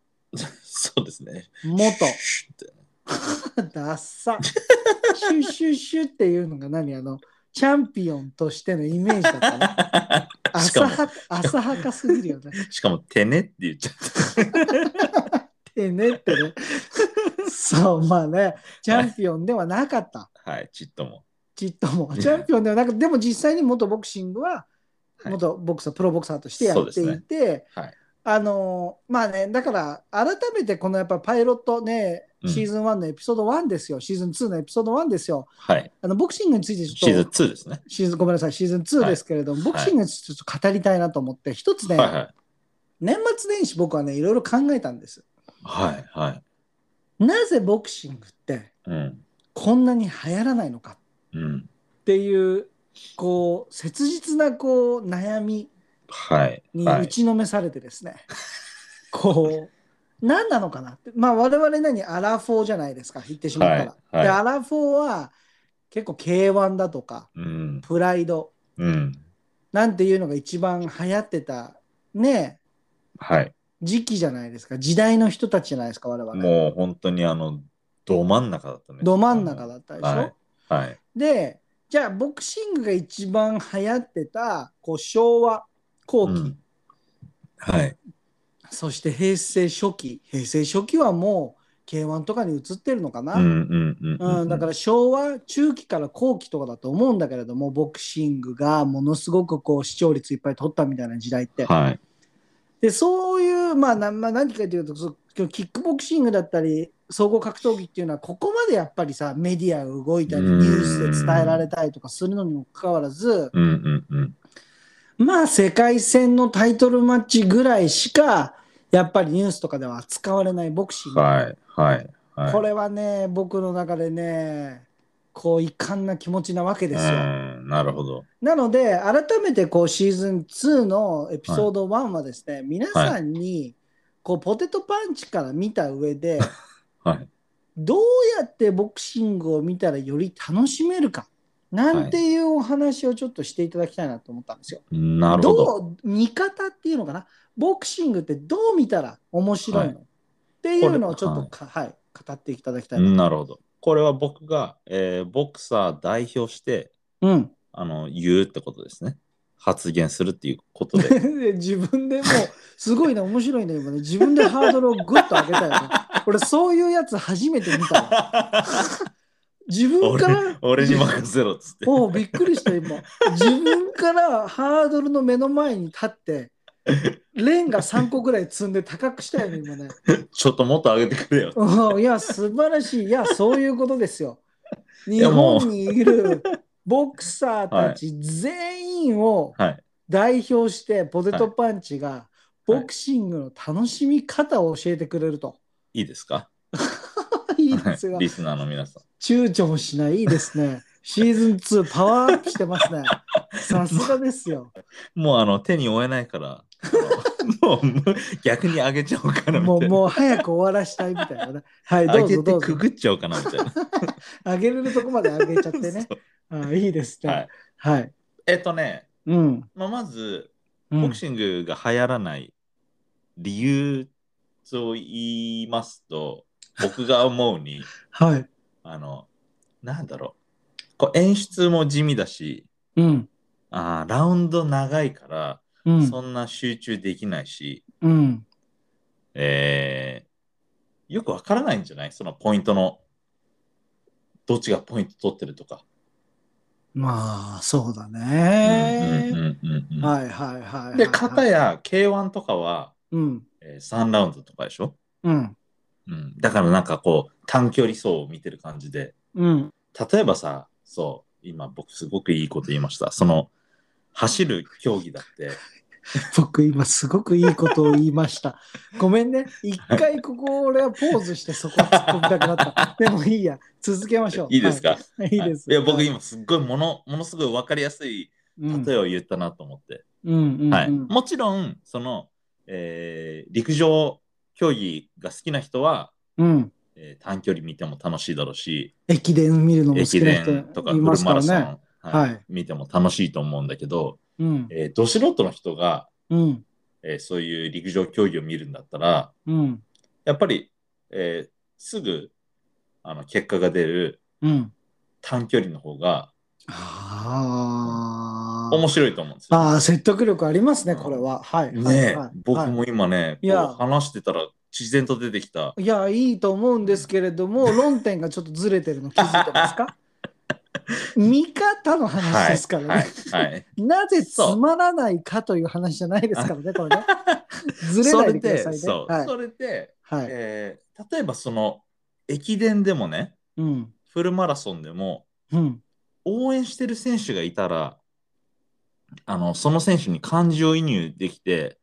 そうですね。
元。
シュッて
ダッサシュッシュッシュッっていうのが何あのチャンピオンとしてのイメージだったね
し
浅
かも
はか浅はかすぎるよね。
しかも、てねって言っちゃった。
てねって ね。そうまあねチャンピオンではなかった。
はい、ちっとも。
ちっとも。チャンピオンではなく、でも実際に元ボクシングは、
はい
元ボクサー、プロボクサーとしてやって
そう
いて、
はい
あのーまあね、だから、改めてこのやっぱパイロットね、
うん
シーズン1のエピソード1ですよ、シーズン2のエピソード1ですよ、
はい。
あのボクシングについてち
シー
ょ
ズン
っと、
2ですね。
シーズン、ごめんなさい、シーズン2ですけれども、
はい
ボクシングについてちょっと語りたいなと思って、一つ
は
ね、
いはい。
年末年始、僕はね、いろいろ考えたんです。
はいはい。
なぜボクシングって、
うん。
こんなに流行らないのか
うん。
っていう、こう、切実なこう悩み
はい。
に
は
打
い。
ちのめされてですね、 こう何なのかなってまあ我々何アラフォーじゃないですか言ってしまったら、
はいはい
でアラフォーは結構 K1 だとか
うん。
プライド
うん。
なんていうのが一番流行ってたね
はい。
時期じゃないですか時代の人たちじゃないですか我々、
もう本当にあの、ど真ん中だったね。
ど真ん中だったでしょ、
はいはい。
でじゃあボクシングが一番流行ってたこう昭和後期、
うんはい。
そして平成初期平成初期はもう K1 とかに移ってるのかな、
うんうんうんうん。
うん、だから昭和中期から後期とかだと思うんだけれどもボクシングがものすごくこう視聴率いっぱい取ったみたいな時代って、
はい。
でそういう、まあ、なまあ何かというとそキックボクシングだったり総合格闘技っていうのはここまでやっぱりさメディアが動いたり
うん
ニュースで伝えられたりとかするのにもかかわらず
うんうんうん。
まあ世界戦のタイトルマッチぐらいしかやっぱりニュースとかでは扱われないボクシング、
はい。はい。はい。
これはね僕の中でねこう遺憾な気持ちなわけですよ。
うんなるほど。
なので、改めてこうシーズン2のエピソード1はですね、皆さんにこうポテトパンチから見た上で、
はい。
どうやってボクシングを見たらより楽しめるか、なんていうお話をちょっとしていただきたいなと思ったんですよ。
なるほど。
どう、見方っていうのかな、ボクシングってどう見たら面白いの、っ
は
ていうのをちょっとか、はい語っていただきたいな。
なるほど。これは僕が、えーボクサー代表して、
うん、
あの、言うってことですね。発言するっていうことで。
で自分でもうすごいね面白いね今ね自分でハードルをグッと上げたよね俺そういうやつ初めて見たわ自分か
俺
ら
俺に任せろっつって。
おうびっくりした今自分からハードルの目の前に立ってレンガ3個ぐらい積んで高くしたよね今ね
ちょっともっと上げてくれよ。
うんいや素晴らしいいやそういうことです よ日
やもう
本にい るボクサーたち全員を
はい。
代表してポテトパンチが
はい
ボクシングの楽しみ方を教えてくれると。
いいですか
いいですよ
はい。リスナーの皆さん。
躊躇もしない、いいですね。シーズン2パワーアップしてます ね。さすがですよ。
もうあの手に負えないから、あの もうむ逆に上げちゃおうかなみ
もう
たいな。
もう早く終わらしたいみたいなね。はい、ど
上
うぞ
げて
どう
く
ぞ。
ぐっちゃおうかなみ たいな。
上げれるとこまで上げちゃってね
。そう
あいいです
は
ね
い。、
はい。
えっとね、
うん。
まあ、まず、
う
ボ
ん
クシングが流行らない理由と言いますと、僕が思うに、
はい。
あの、なんだろう。こう演出も地味だし、
うん。
あーラウンド長いから、
うん
そんな集中できないし、
うん。
えーよくわからないんじゃないそのポイントの、どっちがポイント取ってるとか。
まあ、そうだ
うん
ね。
うんうんうんうん
はいはいはいはい。
で、片や K1 とかは、
うん。
えー3ラウンドとかでしょ、
うん。
うん、だからなんかこう、短距離走を見てる感じで、
うん。
例えばさ、そう、今僕すごくいいこと言いました。その、走る競技だって、
僕今すごくいいことを言いました。ごめんね。一回ここ俺はポーズしてそこ突っ込みたくな った。でもいいや。続けましょう。
いいですか、
はい、いいです。
いや、僕今すっごいもの、ものすごい分かりやすい例えを言ったなと思って。
うんうんうん
はい。
うん
もちろん、その、えー陸上競技が好きな人は、
うん。
えー短距離見ても楽しいだろうし、
駅伝見るのも好
駅
きな人
伝とか
い
フル
ます
マ
から
ラソン、
ね。
はい
はい
見ても楽しいと思うんだけど、
うん
えー、ど素人の人が、
うん
えーそういう陸上競技を見るんだったら、
うん
やっぱり、えーすぐあの結果が出る
うん。
短距離の方が
あー
面白いと思うんですよ。
あー、説得力ありますね、これは。はい。はい
ねえ、
はい
僕も今ね、
いや
こう話してたら自然と出てきた。
いや、いいと思うんですけれども、論点がちょっとずれてるの気づいてますか見方の話ですからね。
はい。はい。
なぜつまらないかという話じゃないですからね、これね。 ずれないでくださいね。
それで、そう
はい。
それで、
はい。
えー例えばその、駅伝でもね、
うん。
フルマラソンでも、
うん。
応援してる選手がいたら、あの、その選手に感情移入できて、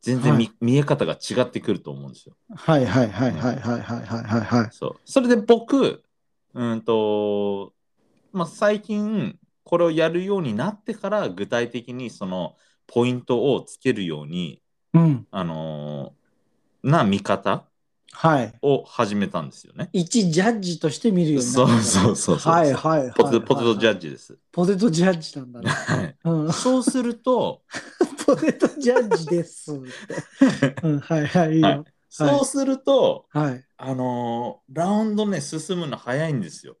全然見,、見え方が違ってくると思うんですよ。
はいはいはいはいはいはいはいはい。
そう。それで僕、うんと、まあ、最近、これをやるようになってから、具体的にその、ポイントをつけるように、
うん。
あのーな見方
はい。
を始めたんですよね。
一ジャッジとして見るようにな
そ
っ
う
た
そうそうそう。
はいはいはいはい。
ポテトポテトジャ
ジ。
ッジです。
ポテトジャッジなんだね。
はい
うん。
そうする と、
ポテトジャッジ ですって。うん。はいはい。いいよ。
そうすると、
はい。
あのーラウンドね、進むの早いんですよ。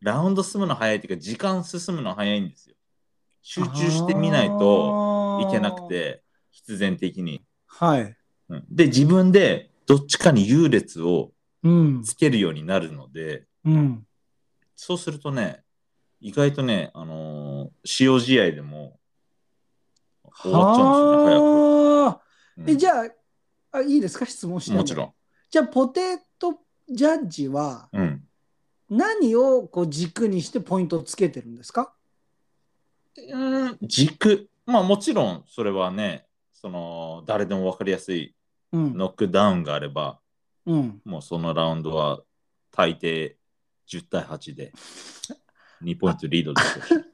ラウンド進むの早いっていうか、時間進むの早いんですよ。集中してみないといけなく。て、必然的に、
はい。
うんで、自分でどっちかに優劣を
うん。
つけるようになるので、
うん。
そうするとね、意外とね、あのー、使用試合でも終わっちゃうん
はあ。
ですよね、早く。
え、じ
ゃ
ゃあ、あいいですか質問しても
もちろん。
じゃあ、ポテトジャッジは
うん。
何をこう軸にしてポイントをつけてるんですか
うん、軸。まあもちろん、それはね、その、誰でも分かりやすい
うん。
ノックダウンがあれば、
うん。
もうそのラウンドは大抵10対8で2ポイントリードで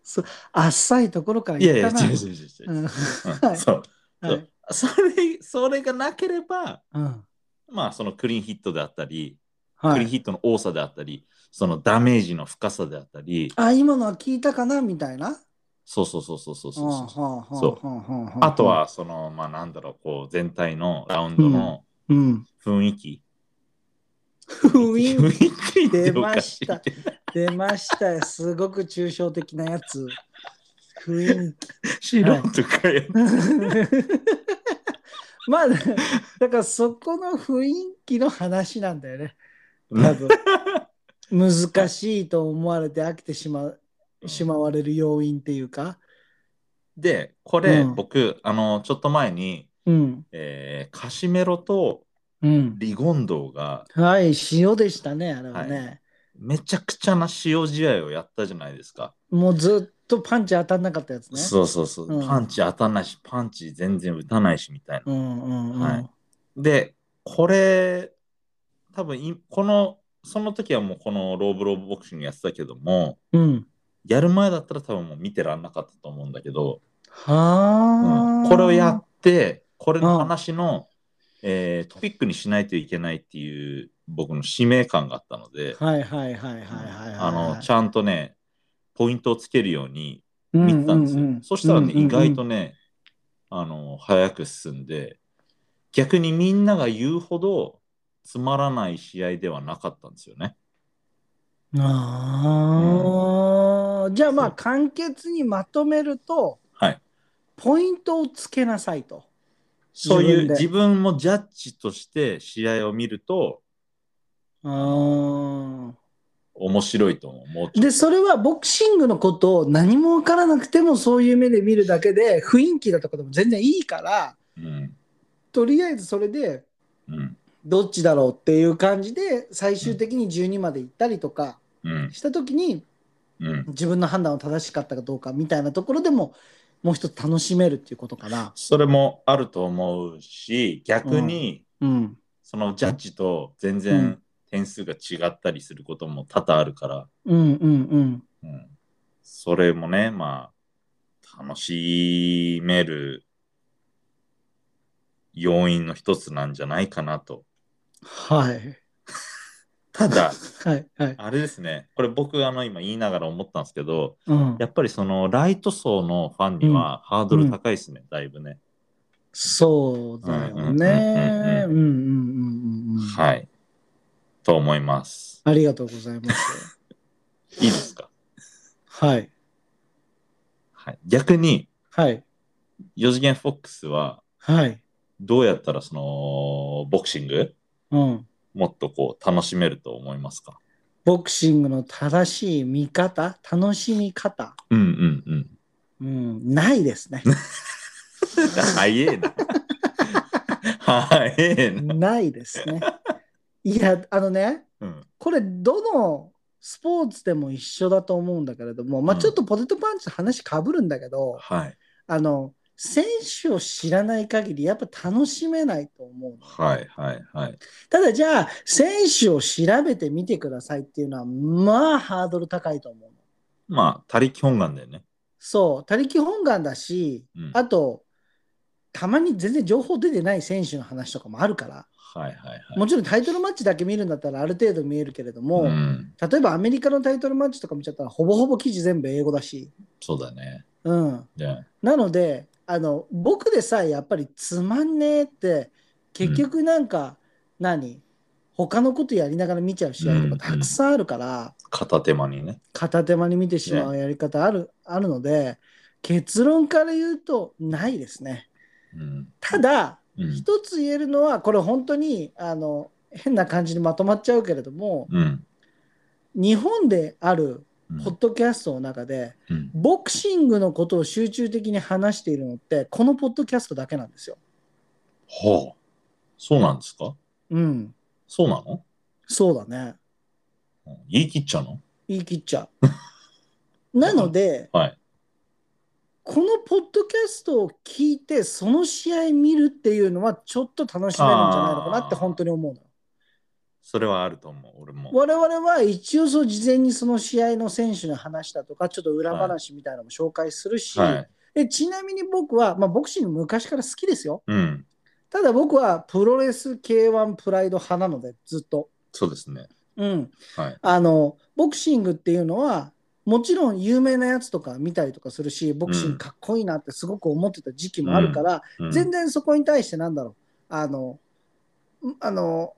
すよ。
あっさいところ から
いやいや、
ったな
違う違う違う違う。
うん
うん
はい
そう。
はい
それ、それがなければ、
うん
まあそのクリーンヒットであったり、
は
クリーン
い。
ヒットの多さであったり、そのダメージの深さであったり、
あ、今のは聞いたかなみたいな。
そうそうそうそうそうそうそう
そ。
そうあと、は、その、まあなんだろう、こう、全体のラウンドの
うん。
雰囲気。
雰囲気
雰囲気っておかしい
出ま出ましたよ。すごく抽象的なやつ。雰囲気。
素人かよ。
まあ、だからそこの雰囲気の話なんだよね。多分難しいと思われて飽きてしまうしまわれる要因っていうか。
で、これ、
うん
僕、あの、ちょっと前に、
うん。
えーカシメロと
うん。
リゴンドウが
はい、塩でしたね、あれはね。
めちゃくちゃな塩試合をやったじゃないですか。
もうずっとパンチ当たんなかったやつね。
そうそうそう、
うん
パンチ当たんないし、パンチ全然打たないしみたいな。
うんうんうん。
はいで、これ、多分いこの、その時はもうこのローブローブボクシングやってたけども、
うん。
やる前だったら多分もう見てらんなかったと思うんだけど、
はあ、
うんこれをやって、これの話の、えートピックにしないといけないっていう僕の使命感があったので、
はいはいはいはいはいはいはい。
あの、ちゃんとね、ポイントをつけるように
見
見てたんですよ。そしたらね、意外と
ね。
ね、あの、早く進んで、逆にみんなが言うほどつまらない試合ではなかったんですよね。
ああ、じゃあまあ
そう
簡潔にまとめると、
はい。
ポイントをつけなさいと。
そういう
自分で
自分もジャッジとして試合を見ると
ああ。
面白いと思う。
で、それはボクシングのことを何もわからなくてもそういう目で見るだけで雰囲気だとかでも全然いいから、
うん。
とりあえずそれで
うん。
どっちだろうっていう感じで最終的に12まで行ったりとか
うん。
した時に
うん。
自分の判断は正しかったかどうかみたいなところでももう一つ楽しめるっていうことかな。
それもあると思うし、逆に
うん。
そのジャッジと全
う
然
ん
点数が違ったりすることも多々あるから、
うんうんうん。
うん、それもね、まあ、楽しめる要因の一つなんじゃないかなと。
はい。
ただ、
はいはい。
あれですね、これ僕、あの、今言いながら思ったんですけど、
うん
や。っぱりそのライト層のファンにはハードル高いですね、だいぶね。
そうだよね。
う
うん
うんうんうんうん
うんうんうん。い。
はい。と思います。
ありがとうござい ます。
いいですか
はい。
はい。逆に、
はい。
4次元フォックスは、
はい。
どうやったらその、ボクシング、
うん。
もっとこう、楽しめると思いますか
ボクシングの正しい見方、楽しみ方、
うんうんう
う
ん。
ん、ないですね。
早え な。早えな。
ないですね。いや、あのね、
うん
これ、どのスポーツでも一緒だと思うんだけれども、まあ、
うん
ちょっとポテトパンチと話かぶるんだけど、
はい。
あの、選手を知らない限り、やっぱ楽しめないと思うの。
はいはいはい。
ただ、じゃあ、選手を調べてみてくださいっていうのは、まあ、ハードル高いと思うの。
まあ、他力本願だよね。
そう、他力本願だし、
うん、
あと、たまに全然情報出てない選手の話とかもあるから、
はいはいはい。
もちろんタイトルマッチだけ見るんだったらある程度見えるけれども、
うん、
例えばアメリカのタイトルマッチとか見ちゃったらほぼほぼ記事全部英語だし、
そうだね。
うん、
じゃあ、
なのであの僕でさえやっぱりつまんねえって結局なんか、何他のことやりながら見ちゃう試合とかたくさんあるから、
片手間にね。
片手間に見てしまうやり方ある,、あるので結論から言うとないですね。
うん。
ただ
うん。
一つ言えるのはこれ本当にあの変な感じにまとまっちゃうけれども
うん。
日本である
うん
ポッドキャストの中で、
うん
ボクシングのことを集中的に話しているのって、このポッドキャストだけなんですよ。
ほう。そうなんですか
うん。
そうなの
そうだね。
うん言い切っちゃうの
言い切っちゃ う。なので、
はい。
このポッドキャストを聞いて、その試合見るっていうのは、ちょっと楽しめるんじゃないのかなって、
あー
本当に思うの。
それはあると思う、俺も。
我々は一応そう、事前にその試合の選手の話だとか、ちょっと裏話みたいなのも紹介するし、
はい。
でちなみに僕は、まあ、ボクシング昔から好きですよ。
うん。
ただ僕はプロレス K1 プライド派なので、ずっと。
そうですね。
うん、
はい
あのボクシングっていうのはもちろん有名なやつとか見たりとかするしボクシングかっこいいなってすごく思ってた時期もあるから、
うん
全然そこに対してなんだろうあのんあの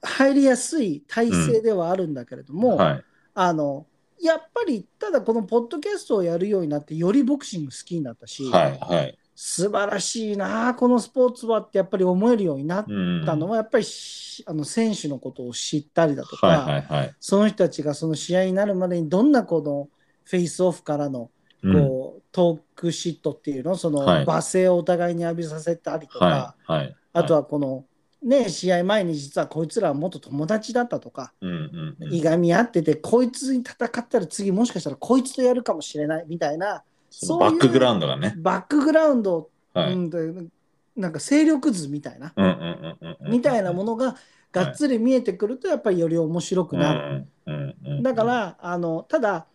入りやすい体制ではあるんだけれども、
はい。
あのやっぱりただこのポッドキャストをやるようになってよりボクシング好きになったし、
はいはい。
素晴らしいなあこのスポーツはってやっぱり思えるようになっ
うん。
たのはやっぱりしあの選手のことを知ったりだとか。
はいはいはい。
その人たちがその試合になるまでにどんなこのフェイスオフからの
うん
こうトークシットっていうのその
はい
罵声をお互いに浴びさせたりとか、
はいはい。
あとはこの、ね、試合前に実はこいつらは元友達だったとか、
うんうんうん。
いがみ合っててこいつに戦ったら次もしかしたらこいつとやるかもしれないみたいな
そのバックグラウンドがね。
バックグラウンド、
はい。う
うんんというなんか勢力図みたいな、
うんうんうんうん。
みたいなものががっつり見えてくるとやっぱりより面白くなる。
うんうんうんうん
だから、あのただ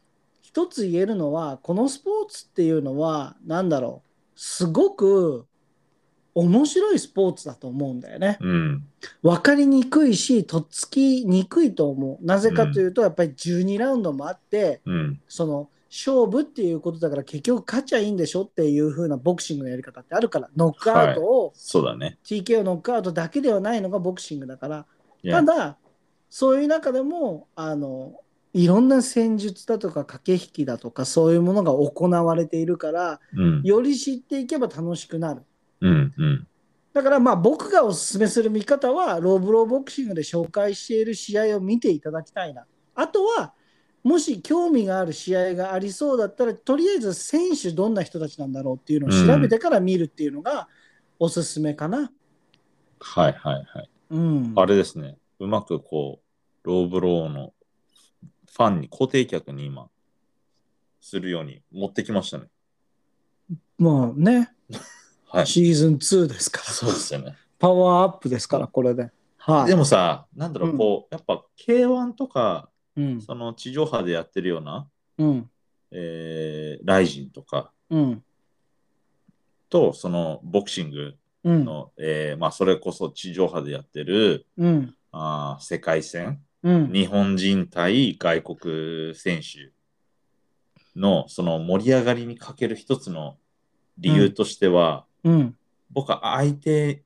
一つ言えるのはこのスポーツっていうのは何だろうすごく面白いスポーツだと思うんだよね。
うん
分かりにくいしとっつきにくいと思う。なぜかというと、やっぱり12ラウンドもあって
うん
その勝負っていうことだから結局勝ちゃいいんでしょっていう風なボクシングのやり方ってあるからノックアウトを、
そうだね
TKO ノックアウトだけではないのがボクシングだから
いや
ただそういう中でもあのいろんな戦術だとか駆け引きだとかそういうものが行われているから
うん
より知っていけば楽しくなる
うんうん
だからまあ僕がおすすめする見方はローブローボクシングで紹介している試合を見ていただきたいなあとはもし興味がある試合がありそうだったらとりあえず選手どんな人たちなんだろうっていうのを調べてから見るっていうのがおすすめかな。
はいはいはい
うん、
あれですねうまくこうローブローのファンに固定客に今するように持ってきましたね
まあね
はい
シーズン2ですから
そうですよね
パワーアップですから、これで。はい。
でもさなんだろ
うん
うこうやっぱ K1 とか
うん。
その地上波でやってるような
うん。
えーライジンとか
うん。
とそのボクシング
うん。
のえーまあそれこそ地上波でやってる
うん。
あー世界戦
うん。
日本人対外国選手のその盛り上がりにかける一つの理由としては、
うん。
僕は相手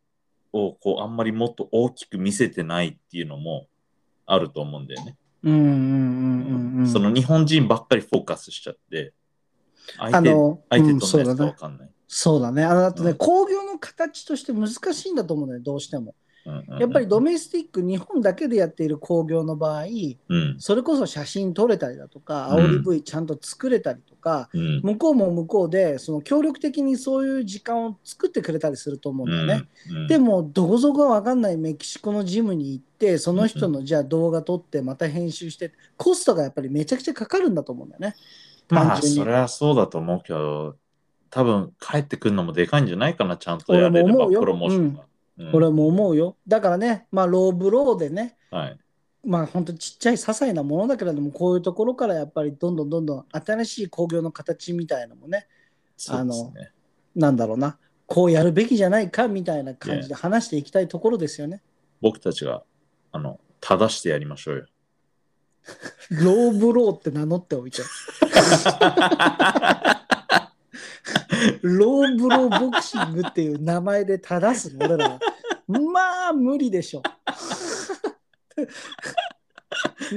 をこうあんまりもっと大きく見せてないっていうのもあると思うんだよね。
うん。うん。うん。
その日本人ばっかりフォーカスしちゃって
あ
相手
の、
相手
うんそう
との
だ
やつが
ね
分。かんない。
そうだね。あのあとね、
うん
興行の形として難しいんだと思うね、どうしても。やっぱ
り、
りドメスティック日本だけでやっている興行の場合
うん
それこそ写真撮れたりだとか
うん
煽り V ちゃんと作れたりとか、
うん
向こうも向こうでその協力的にそういう時間を作ってくれたりすると思うんだよね。
うん
でもどこぞが分かんないメキシコのジムに行ってその人のじゃあ動画撮ってまた編集してコストがやっぱりめちゃくちゃかかるんだと思うんだよね。
まあ
単純に
それはそうだと思うけど多分帰ってくるのもでかいんじゃないかなちゃんとや
俺も
れれば
思うよ
プロモーションが、うん
俺も思うよ。だからねまあローブローでね
はい
まあ本当ちっちゃい些細なものだけれどもこういうところからやっぱりどんどんどんどん新しい興行の形みたいのもね
そうですね
なんだろうなこうやるべきじゃないかみたいな感じで話していきたいところですよね。
僕たちがあの正してやりましょうよ
ローブローって名乗っておいて。ローブローボクシングっていう名前で正すの俺らは。まあ無理でしょ。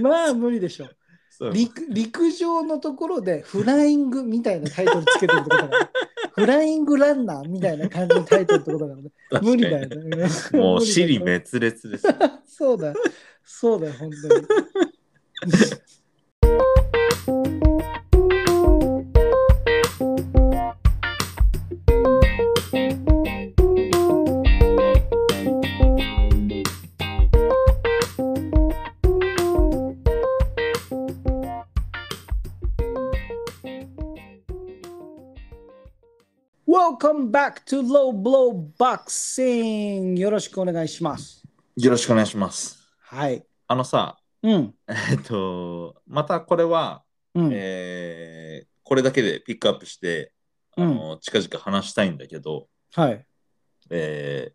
まあ無理でしょ。
そう
陸陸上のところでフライングみたいなタイトルつけてるってことだか ら、ね、フライングランナーみたいな感じのタイトルってことだから、ね、
確か
無
に
理だよね。
もう
無理だよ
尻滅裂 ですよ
そうだよ、そうだよ、本当に。Welcome back to Low Blow Boxing! よろしくお願いします。
よろしくお願いします
はい。
あのさ
うん。
えっとまたこれは、
うん。
えーこれだけでピックアップしてあの、近々話したいんだけど、
はい。
えー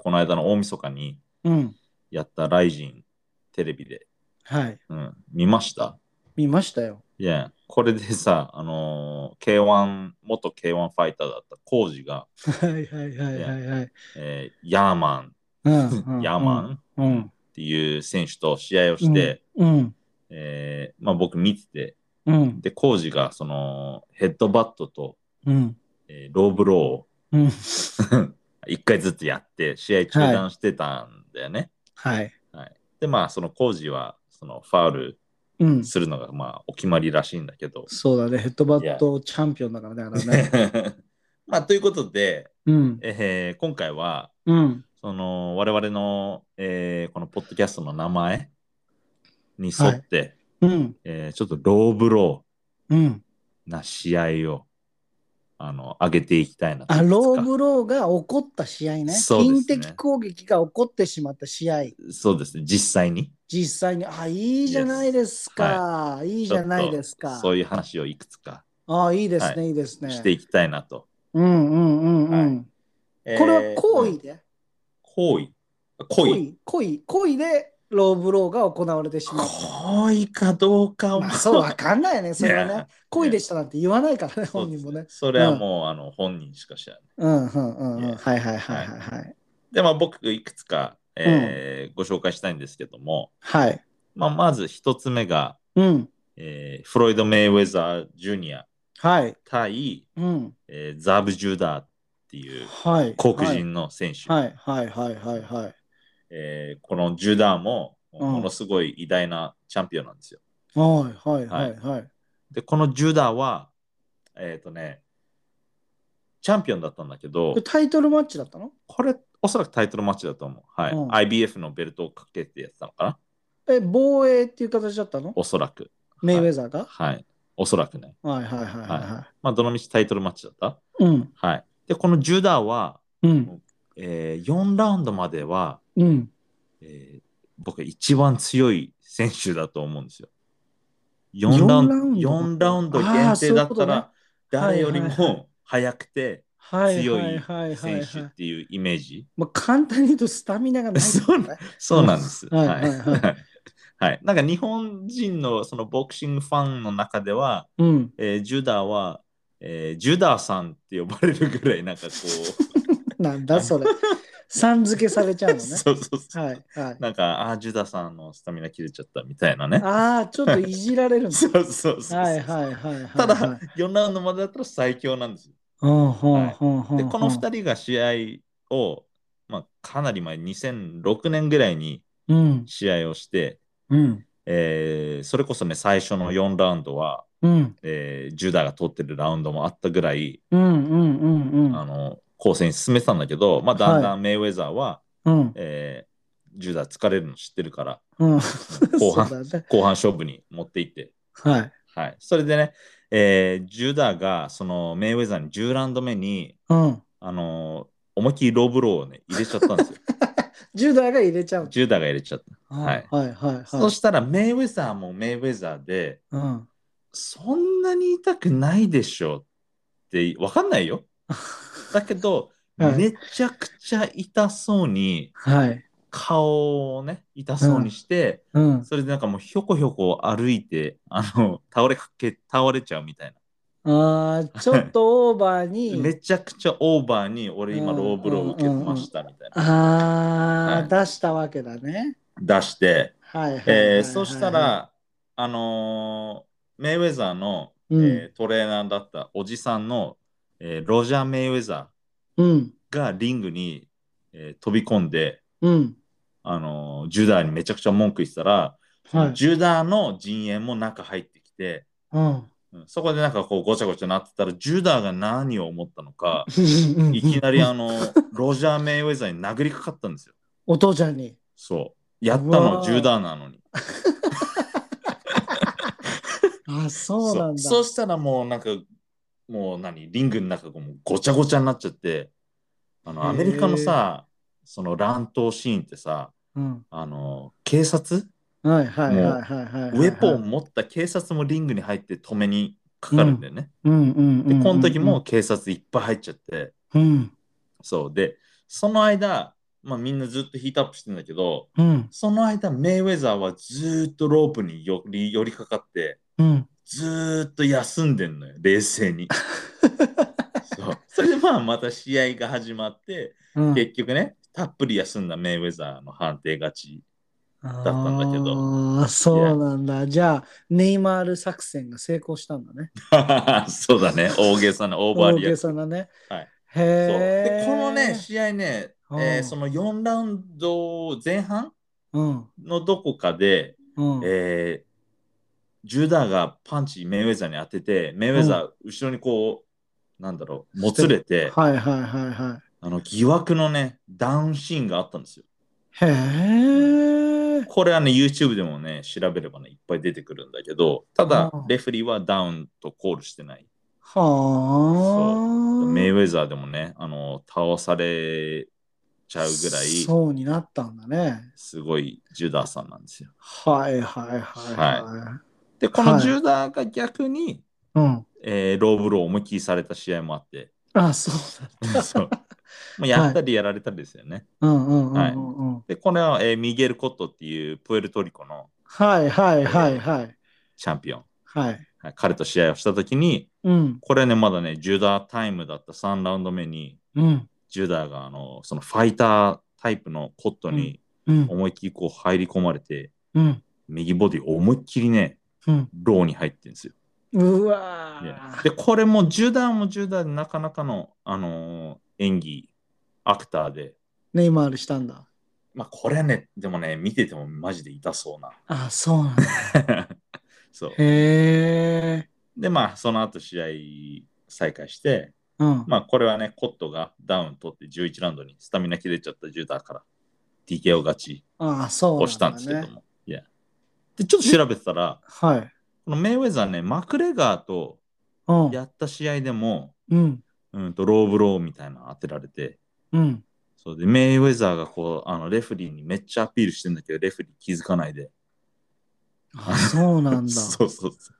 この間の大晦日に
うん。
やった「ライジンテレビで、
はい。
うん、見ました
見ました よ。
いや、これでさ、あのー K1、元 K1 ファイターだったコウジが、
はいはいはいはいはい。
えーヤーマ
うん
ン、
うん
ヤーマンっ
うん。
ていう選手と試合をして、
うん。
えーまあ、僕見てて、
うん。
で、コウジがそのヘッドバットと、
うん。
えーローブローを
うん。
一回ずつやって、試合中断してたんだよね。
はい。
で、まあ、そのコウジは、そのファウル
うん。
するのが、まあ、お決まりらしいんだけど。
そうだね。ヘッドバットチャンピオンだからね。あれ ね
まあ、ということで、
うん。
えー今回は、
うん。
その我々の、えーこのポッドキャストの名前に沿って、
うん。
えーちょっとローブロ
うん。
ーな試合をあの上げていきたいなと
あ、ロー
い
ブローが起こった試合ね。
そうで
人
すね
的攻撃が起こってしまった試合。
うつかそうですね実際に
実際に、あ、いいじゃないですか。いいじゃないです
ちょっ
か
と。そういう話をいくつか
あ、いいです
は
ね。いいですね。
していきたいなと、
うんうんうんう
は
ん。これは行為
えー
で。
行為行為
故意、故意でローブローが行われてしまう。
行為かどうかを、
まあ、そうわかんないよね、それはいね
や。
故意でしたなんて言わないからね、
そう
本
です
人もね。
それはもう、あの本人しか知らない
うんうんうん
い
うん。
や
はいはいはいはいはい。
でまあ僕いくつか、えーご紹介したいんですけども、
はい。
まあ、まず一つ目が
うん。
えーフロイド・メイウェザー・ジュニア
はい。
対、
うん。
えーザーブ・ジュダーっていう
はい。
黒人の選手、
はい。はいはいはいはい。
えーこのジュダーも
うん
ものすごい偉大なチャンピオンなんですよ。
はいはいはいはい。
でこのジュダーはえっ、とねチャンピオンだったんだけど
これタイトルマッチだったの
これおそらくタイトルマッチだと思う。はい
うん
IBF のベルトをかけてやってたのかな
え、防衛っていう形だったの
おそらく。
メイウェザーが
はい。おそらくね。
はいはいはいは
まあどのみちタイトルマッチだった。
いはい。うん。
はい。でこのジュダーは、
うん。
えー4ラウンドまでは
うん。
えー僕は一番強い選手だと思うんですよ。
四
4ラウン
ラ
ド
ウンド
四ラウンド限定だったら、
あーそう
誰
いう
よ
ことね
りも早くて
はい
強
はい
い
はいはい
選手
は
っ
い。
ていうイメージ。
まあ、簡単に言うとスタミナがないってことね。
そうなんです。
は
はいい。
はいは
はい。なんか日本人のそのボクシングファンの中では、
うん。
えージュダーは、えージュダーさんって呼ばれるぐらいなんかこ
なんだそれ。さん付けされちゃう
う、
のね。
そうそう そう。
はいはい。
なんか、ああー、ジュダーさんのスタミナ切れちゃったみたいなね。
ああ、ちょっといじられるん
そうそうそう。
だ。はいはいはいはいはい。
ただ、4ラウンドまでだったら最強なんですよ。
うんうんうんうんうん、
で、この2人が試合を、まあ、かなり前、2006年ぐらいに
うん。
試合をして、
うん。
えーそれこそね、最初の4ラウンドは、
うん。
えージュダが取ってるラウンドもあったぐらい、
うん。うん。うん。うん。
あの、構成に進めてたんだけど、まあ、だんだんメイウェザーは、
うん。
えージュダ疲れるの知ってる から、
うん。
後
そう
半
だね。
後半勝負に持っていって、
はい。
はい。それでね、えージュダが、その、メイウェザーに10ラウンド目に、
うん。
あのー思いっきりローブローをね、入れちゃったんですよ。
10代が入れちゃう。
ジュダが入れちゃった。はい
はい。はい。はい。
そしたら、メイウェザーもメイウェザーで、
うん。
そんなに痛くないでしょって、わかんないよ。だけど、
はい
めちゃくちゃ痛そうに、
はい。
顔をね、痛そうにして、
うん。
それでなんかもうひょこひょこ歩いて、あの、倒れかけ、倒れちゃうみたい
ああ、ちょっとオーバー
な。
に。
めちゃくちゃオーバーに、俺今ローブロー受けましたみたいな。
ああ、
は
出したわけだね。
出して、
はいはいはいはい。
えーそしたら、あのーメイウェザーの、
うん
えートレーナーだったおじさんの、えーロジャー・メイウェザ
うん。
ーがリングに、えー飛び込んで、
うん。
あのージュダーにめちゃくちゃ文句言ってたら、
はい。
ジュダーの陣営も中入ってきて、
うん。
うんそこでなんかこうごちゃごちゃなってたら、ジュダーが何を思ったのか、い
い
きなりあの、ロジャー・メイウェザーに殴りかかったんですよ。
お父ちゃんに。
そう。やった
うわ
の、
ー
ジュダーなのに。
あ、そうなんだ。
そうしたらもうなんか、もう何、リングの中がもうごちゃごちゃになっちゃって、あ
へー
の、アメリカのさ、その乱闘シーンってさ、
うん。
あの、警察、
はいはいはいはいはい。
ウェポン。持った警察もリングに入って止めにかかるんだよね。
うんうんうん。
で、この時も。警察いっぱい入っちゃって、
うん。
そう。で、その間、まあみんなずっとヒートアップしてんだけど、
うん。
その間、メイウェザーはずーっとロープにより寄りかかって、
うん。
ずーっと休んでんのよ、冷静 に。そうそれでまあまた試合が始まって、
うん。
結局ね、たっぷり休んだメイウェザーの判定勝ち。
だ
ったんだけど
ああ、そうなんだ。じゃあ、ネイマール作戦が成功したんだね。
そうだね、大げさなオーバー
大
リア
げ
クショ
さ
ン
なね。
はい。
へ
そう
え
で。このね、試合ね、え
う
ー
ん
その4ラウンド前半
うん。
のどこかで、
うん。
えージュダーがパンチメイウェザーに当てて、メイウェザー後ろにこう、なんだろう、もつれて、
はいはいはいはい。
あの疑惑のね、ダウンシーンがあったんですよ。
へえ。
これはね、YouTube でもね、調べればね、いっぱい出てくるんだけど、ただ
うん、
レフェリーはダウンとコールしてない。
はあ。
メイウェザーでもね、あの、倒されちゃうぐらい、
そうになったんだね。
すごいジュダーさんなんですよ。
はいはいはいは
で、この
はい
ジュダーが逆に、
い。うん。
えーローブローを思いっきりされた試合もあって、
あ、そうだ。
そうまあ、やったりやられたりですよね。
うんうんうんうんうん。
で、これは、えーミゲル・コットっていうプエルトリコの
はいはいはいはい。
チャンピオン、
はい。
はい彼と試合をしたときに、
うん
これね、まだね、ジュダータイムだった3ラウンド目に、
うん
ジュダーがあのそのファイタータイプのコットに
うん
思いっきりこう入り込まれて、
うん
右ボディ思いっきりね、
うん。
ローに入ってるんですよ。
うわー
で、これもジュダーもジュダーでなかなかの、あのー演技、アクターで、
ネイマールしたんだ。
まあこれはね、でもね、見ててもマジで痛そうな。
あ、そうなんだ。
そう。
へえ。
で、まあその後試合再開して、
うん。
まあこれはね、コットがダウン取って11ラウンドにスタミナ切れちゃったジュダーから TKO 勝ち。
あ、そうなんだ、ね。
押したんですけども。いや。で、ちょっと調べてたら、
はい。
このメイウェザーね、マクレガーと
うん。
やった試合でも、
うん。
うんとローブローみたいなの当てられて、
うん。
そうで、メイウェザーがこう、あの、レフェリーにめっちゃアピールしてんだけど、レフェリー気づかないで。
あ、そうなんだ。
そうそうそう。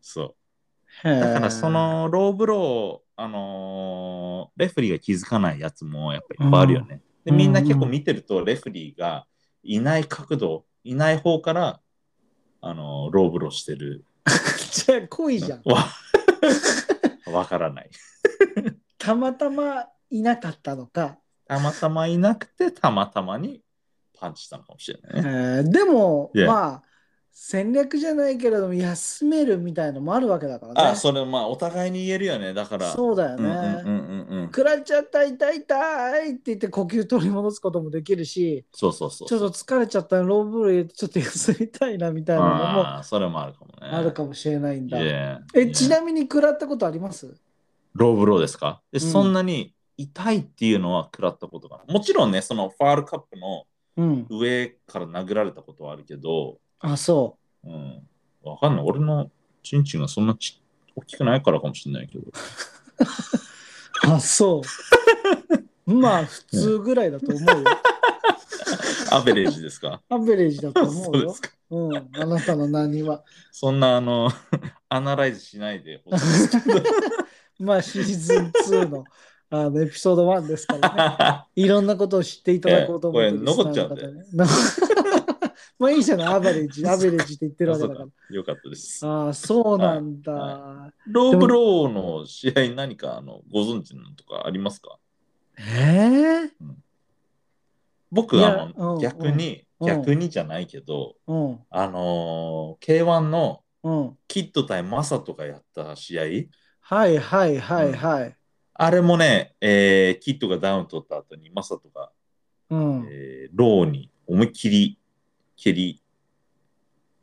そう。
へえ。
だからそ、のローブロー、あのーレフェリーが気づかないやつもやっぱいっぱいあるよね。
うん
で、みんな結構見てると、レフェリーがいない角度、いない方から、あのーローブローしてる。
じゃあ、濃いじゃん。
わ、わからない。
たまたまいなかったのか。
たまたまいなくて、たまたまにパンチしたのかもしれない
え
ね。
ーでも、
Yeah.
まあ、戦略じゃないけれども、休めるみたいのもあるわけだからね。
あ、それまあお互いに言えるよね。だから。
そうだよ
うん
ね。
うんうんうんうん。
食らっちゃった痛い痛いって言って呼吸取り戻すこともできるし
そうそうそう。
ちょっと疲れちゃったらローブル入れてちょっと休みたいなみたいなのも
ああ、それもあるかもね。
あるかもしれないんだ。
Yeah.
えち
Yeah.
なみに食らったことあります
ローブローですかで、
うん
そんなに痛いっていうのは食らったことがない。もちろんね、そのファールカップの
うん。
上から殴られたことはあるけど、
あ そ
うん。わかんない。俺のチンチンがそんなち大きくないからかもしれないけど。
う。あそうまあ普通ぐらいだと思うよ。
アベレージですか
アベレージだと思
そううで
よ
す。か。
うん、あなたの何は。
そんなあの、 アナライズしないで ほしいですけど。
まあシーズン2のあのエピソード1ですからね。いろんなことを知っていただこうと思って
ええこれ残っちゃうんで
リスナーの方ね まあいいじゃない、アベレー ジ、アベレージって言ってるわけだか
あそうよかったです。
ら。ああ、そうなんだ。
はローブローの試合何かあのご存知のとかありますか
ええい
僕
や
あ
うん
の逆に、
うん
逆にじゃないけど、
うん、
あのー K1 の
うん。
キッド対マサとかやった試合
はいはいはいはい。
あれもね、えーキッドがダウン取った後にマサとか、
うん。
えーローに思いっきり蹴り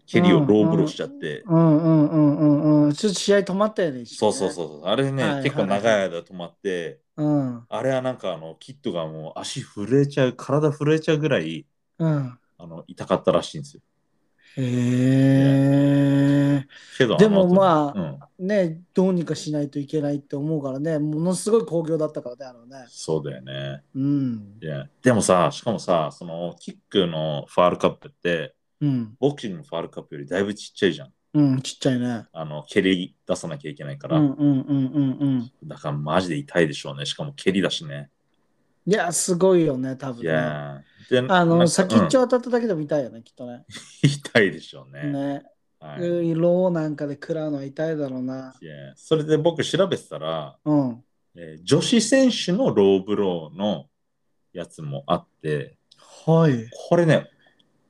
蹴りをローブローしちゃって、
うんうんうんうんうん。ちょっと試合止まったよね、一
そ
瞬
う
ね
そうそうそうあれ
はい
ね、
はいはい
結構長い間止まって
うん。
あれはなんかあのキッドがもう足震えちゃう体震えちゃうぐらい
うん。
あの痛かったらしいんですよ
へえ。
けど
でもまあ
のうん、
ね、どうにかしないといけないって思うからね、ものすごい興行だったからね、あのね。
そうだよね
うん。
いやでもさ、しかもさ、そのキックのファールカップって、
うん。
ボクシングのファールカップよりだいぶちっちゃいじゃん。
うん、ちっちゃいね。
あの、蹴り出さなきゃいけないか
う
ら。
んうんうんうんうん。
だからマジで痛いでしょうね。しかも蹴りだしね。
いや、すごいよね、多分
い
ね。
やーで
あ
なんか
の、先っち
う
ょ当たっただけでも痛いよね、きっとね。
ん 痛いでしょうね。
ね。
はい。い
色をなんかで食らうのは痛いだろうな。
やそれで僕調べてたら、
うん。
えー女子選手のローブローのやつもあって、
はい。
これね、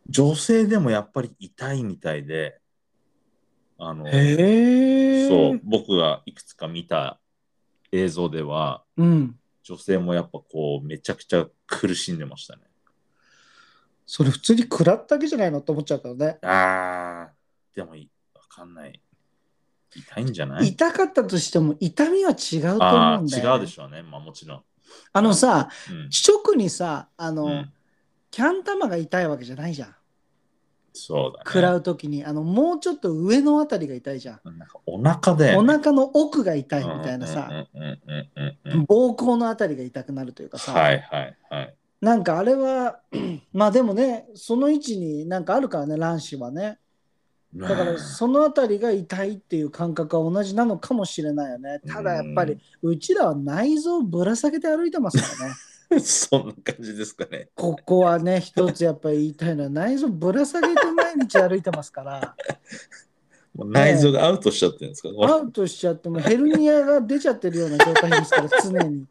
女性でもやっぱり痛いみたいで、あの、
へえ。
そう、。僕がいくつか見た映像では、
うん。
女性もやっぱこう、めちゃくちゃ苦しんでましたね。
それ普通に食らっただけじゃないのと思っちゃうからね。
あー、でもい、わかんない。痛いんじゃない
痛かったとしても痛みは違うと思
あ
うんだよ、
ー、違うでしょうね。まあもちろん。
あのさ、
うん。
直にさ、あの、
うん
キャン玉が痛いわけじゃないじゃん。
そうだね。
食らうときに、あの、もうちょっと上のあたりが痛いじゃん。
なんかお腹で。
お腹の奥が痛いみたいなさ。
うんうんうんうんうんうん。
膀胱のあたりが痛くなるというかさ、
はいはいはい。
なんかあれは まあでもねその位置になんかあるからね卵子はね
だ
だからそのあたりが痛いっていう感覚は同じなのかもしれないよねただやっぱりうちらは内臓をぶら下げて歩いてますからね
そんな感じですかね。
ここはね一つやっぱり言いたいのは内臓ぶら下げて毎日歩いてますから
もう内臓がアウトしちゃってるんですか、
アウトしちゃってもヘルニアが出ちゃってるような状態ですから常 に。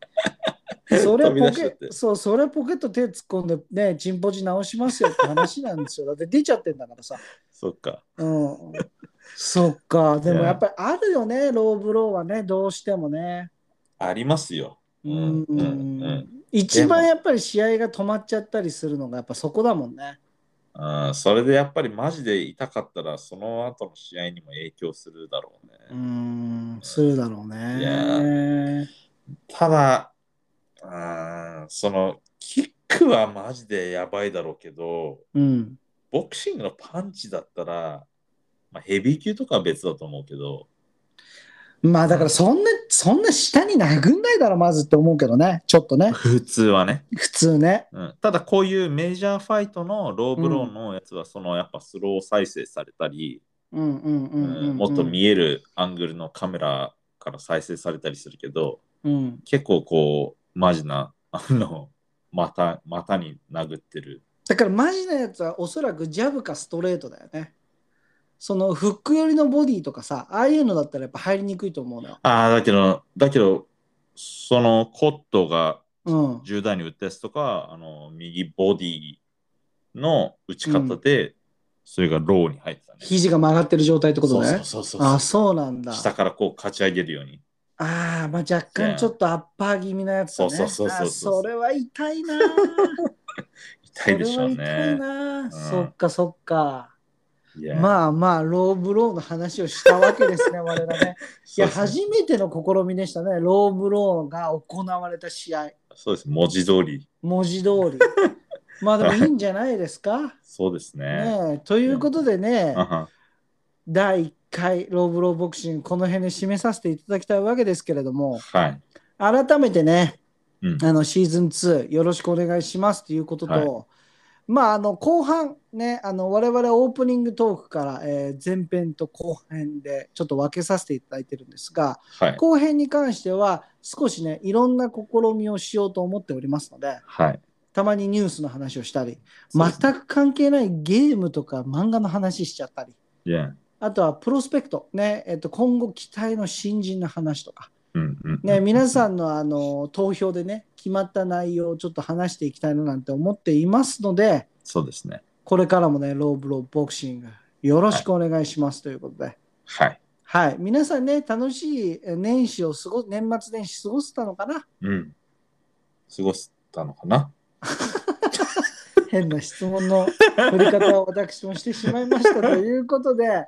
それ
飛び出
ポ
しちゃっ
ケ
て
そうそれポケット手突っ込んでねチンポジ直しますよって話なんですよだって出ちゃってんだからさ、
そっか。
うん、そっかでも
いや
やっぱりあるよねローブローはねどうしてもね
ありますよ。
うん、
うんうん
一
で
番
も
やっぱり試合が止まっちゃったりするのがやっぱそこだもんね
うん、それでやっぱりマジで痛かったら、その後の試合にも影響するだろうね。
うんするだろう
いや
ね
ただ、うん、そのキックはマジでやばいだろうけど、
うん
ボクシングのパンチだったら、まあ、ヘビー級とかは別だと思うけど、
まあだからそんなそんな下に殴んないだろまずって思うけどねちょっと ね
普通はね。
普通ね
うん、ただこういうメジャーファイトのローブローのやつは、そのやっぱスロー再生されたり、
うんうんうんうん、
うんもっと見えるアングルのカメラから再生されたりするけど、
うん
結構こう、マジな、あの、股股に殴ってる。
だからマジなやつはおそらくジャブかストレートだよね。そのフック寄りのボディとかさ、ああいうのだったらやっぱ入りにくいと思うのよ。
ああ、だけど、だけど、そのコットが
うん。
10代に打ったやつとか、あの、右ボディの打ち方でそれがローに入ってたね。
肘が曲がってる状態ってことね。
そうそうそうそう
あ、そうなんだ。
下からこう勝ち上げるように。
ああ、まあ若干ちょっとアッパー気味なやつだね。
そうそうそうそう
あそれは痛いな。
痛いでしょう
それは痛い
ね。
な。
ん
そっかそっか。
いや
まあまあ、ローブローの話をしたわけ ですね、我々ね。い
そ
や、
うですね
初めての試みでしたね、ローブローが行われた試合。
そうです。文字通り。
文字通 り。まあでもいいんじゃないですか。
そうですね。
ねえということでね、
あは
第1回ローブローボクシング、この辺で締めさせていただきたいわけですけれども、
はい。
改めてね、
うん
あのシーズン2よろしくお願いしますということと、
はい
まああの後半ねあの我々オープニングトークから、えー前編と後編でちょっと分けさせていただいてるんですが
はい。
後編に関しては少しねいろんな試みをしようと思っておりますので
はい。
たまにニュースの話をしたり
そうですね
全く関係ないゲームとか漫画の話しちゃったり
いや。
あとはプロスペクトね、えっと今後期待の新人の話とか
うんうん。
ね、皆さんのあの投票でね決まった内容をちょっと話していきたいななんて思っていますので
そうですね。
これからもねローブローボクシングよろしくお願いしますということで、
はい。
はい、皆さんね楽しい年始を過ご年末年始過ごせたのかな
うん。過ごしたのかな
変な質問の振り方を私もしてしまいましたということで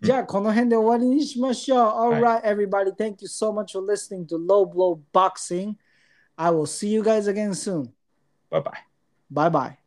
じゃあこの辺で終わりにしましょう Alright everybody thank you so much for listening to Low Blow Boxing I will see you guys again soon
バイバ
bye
イ。
bye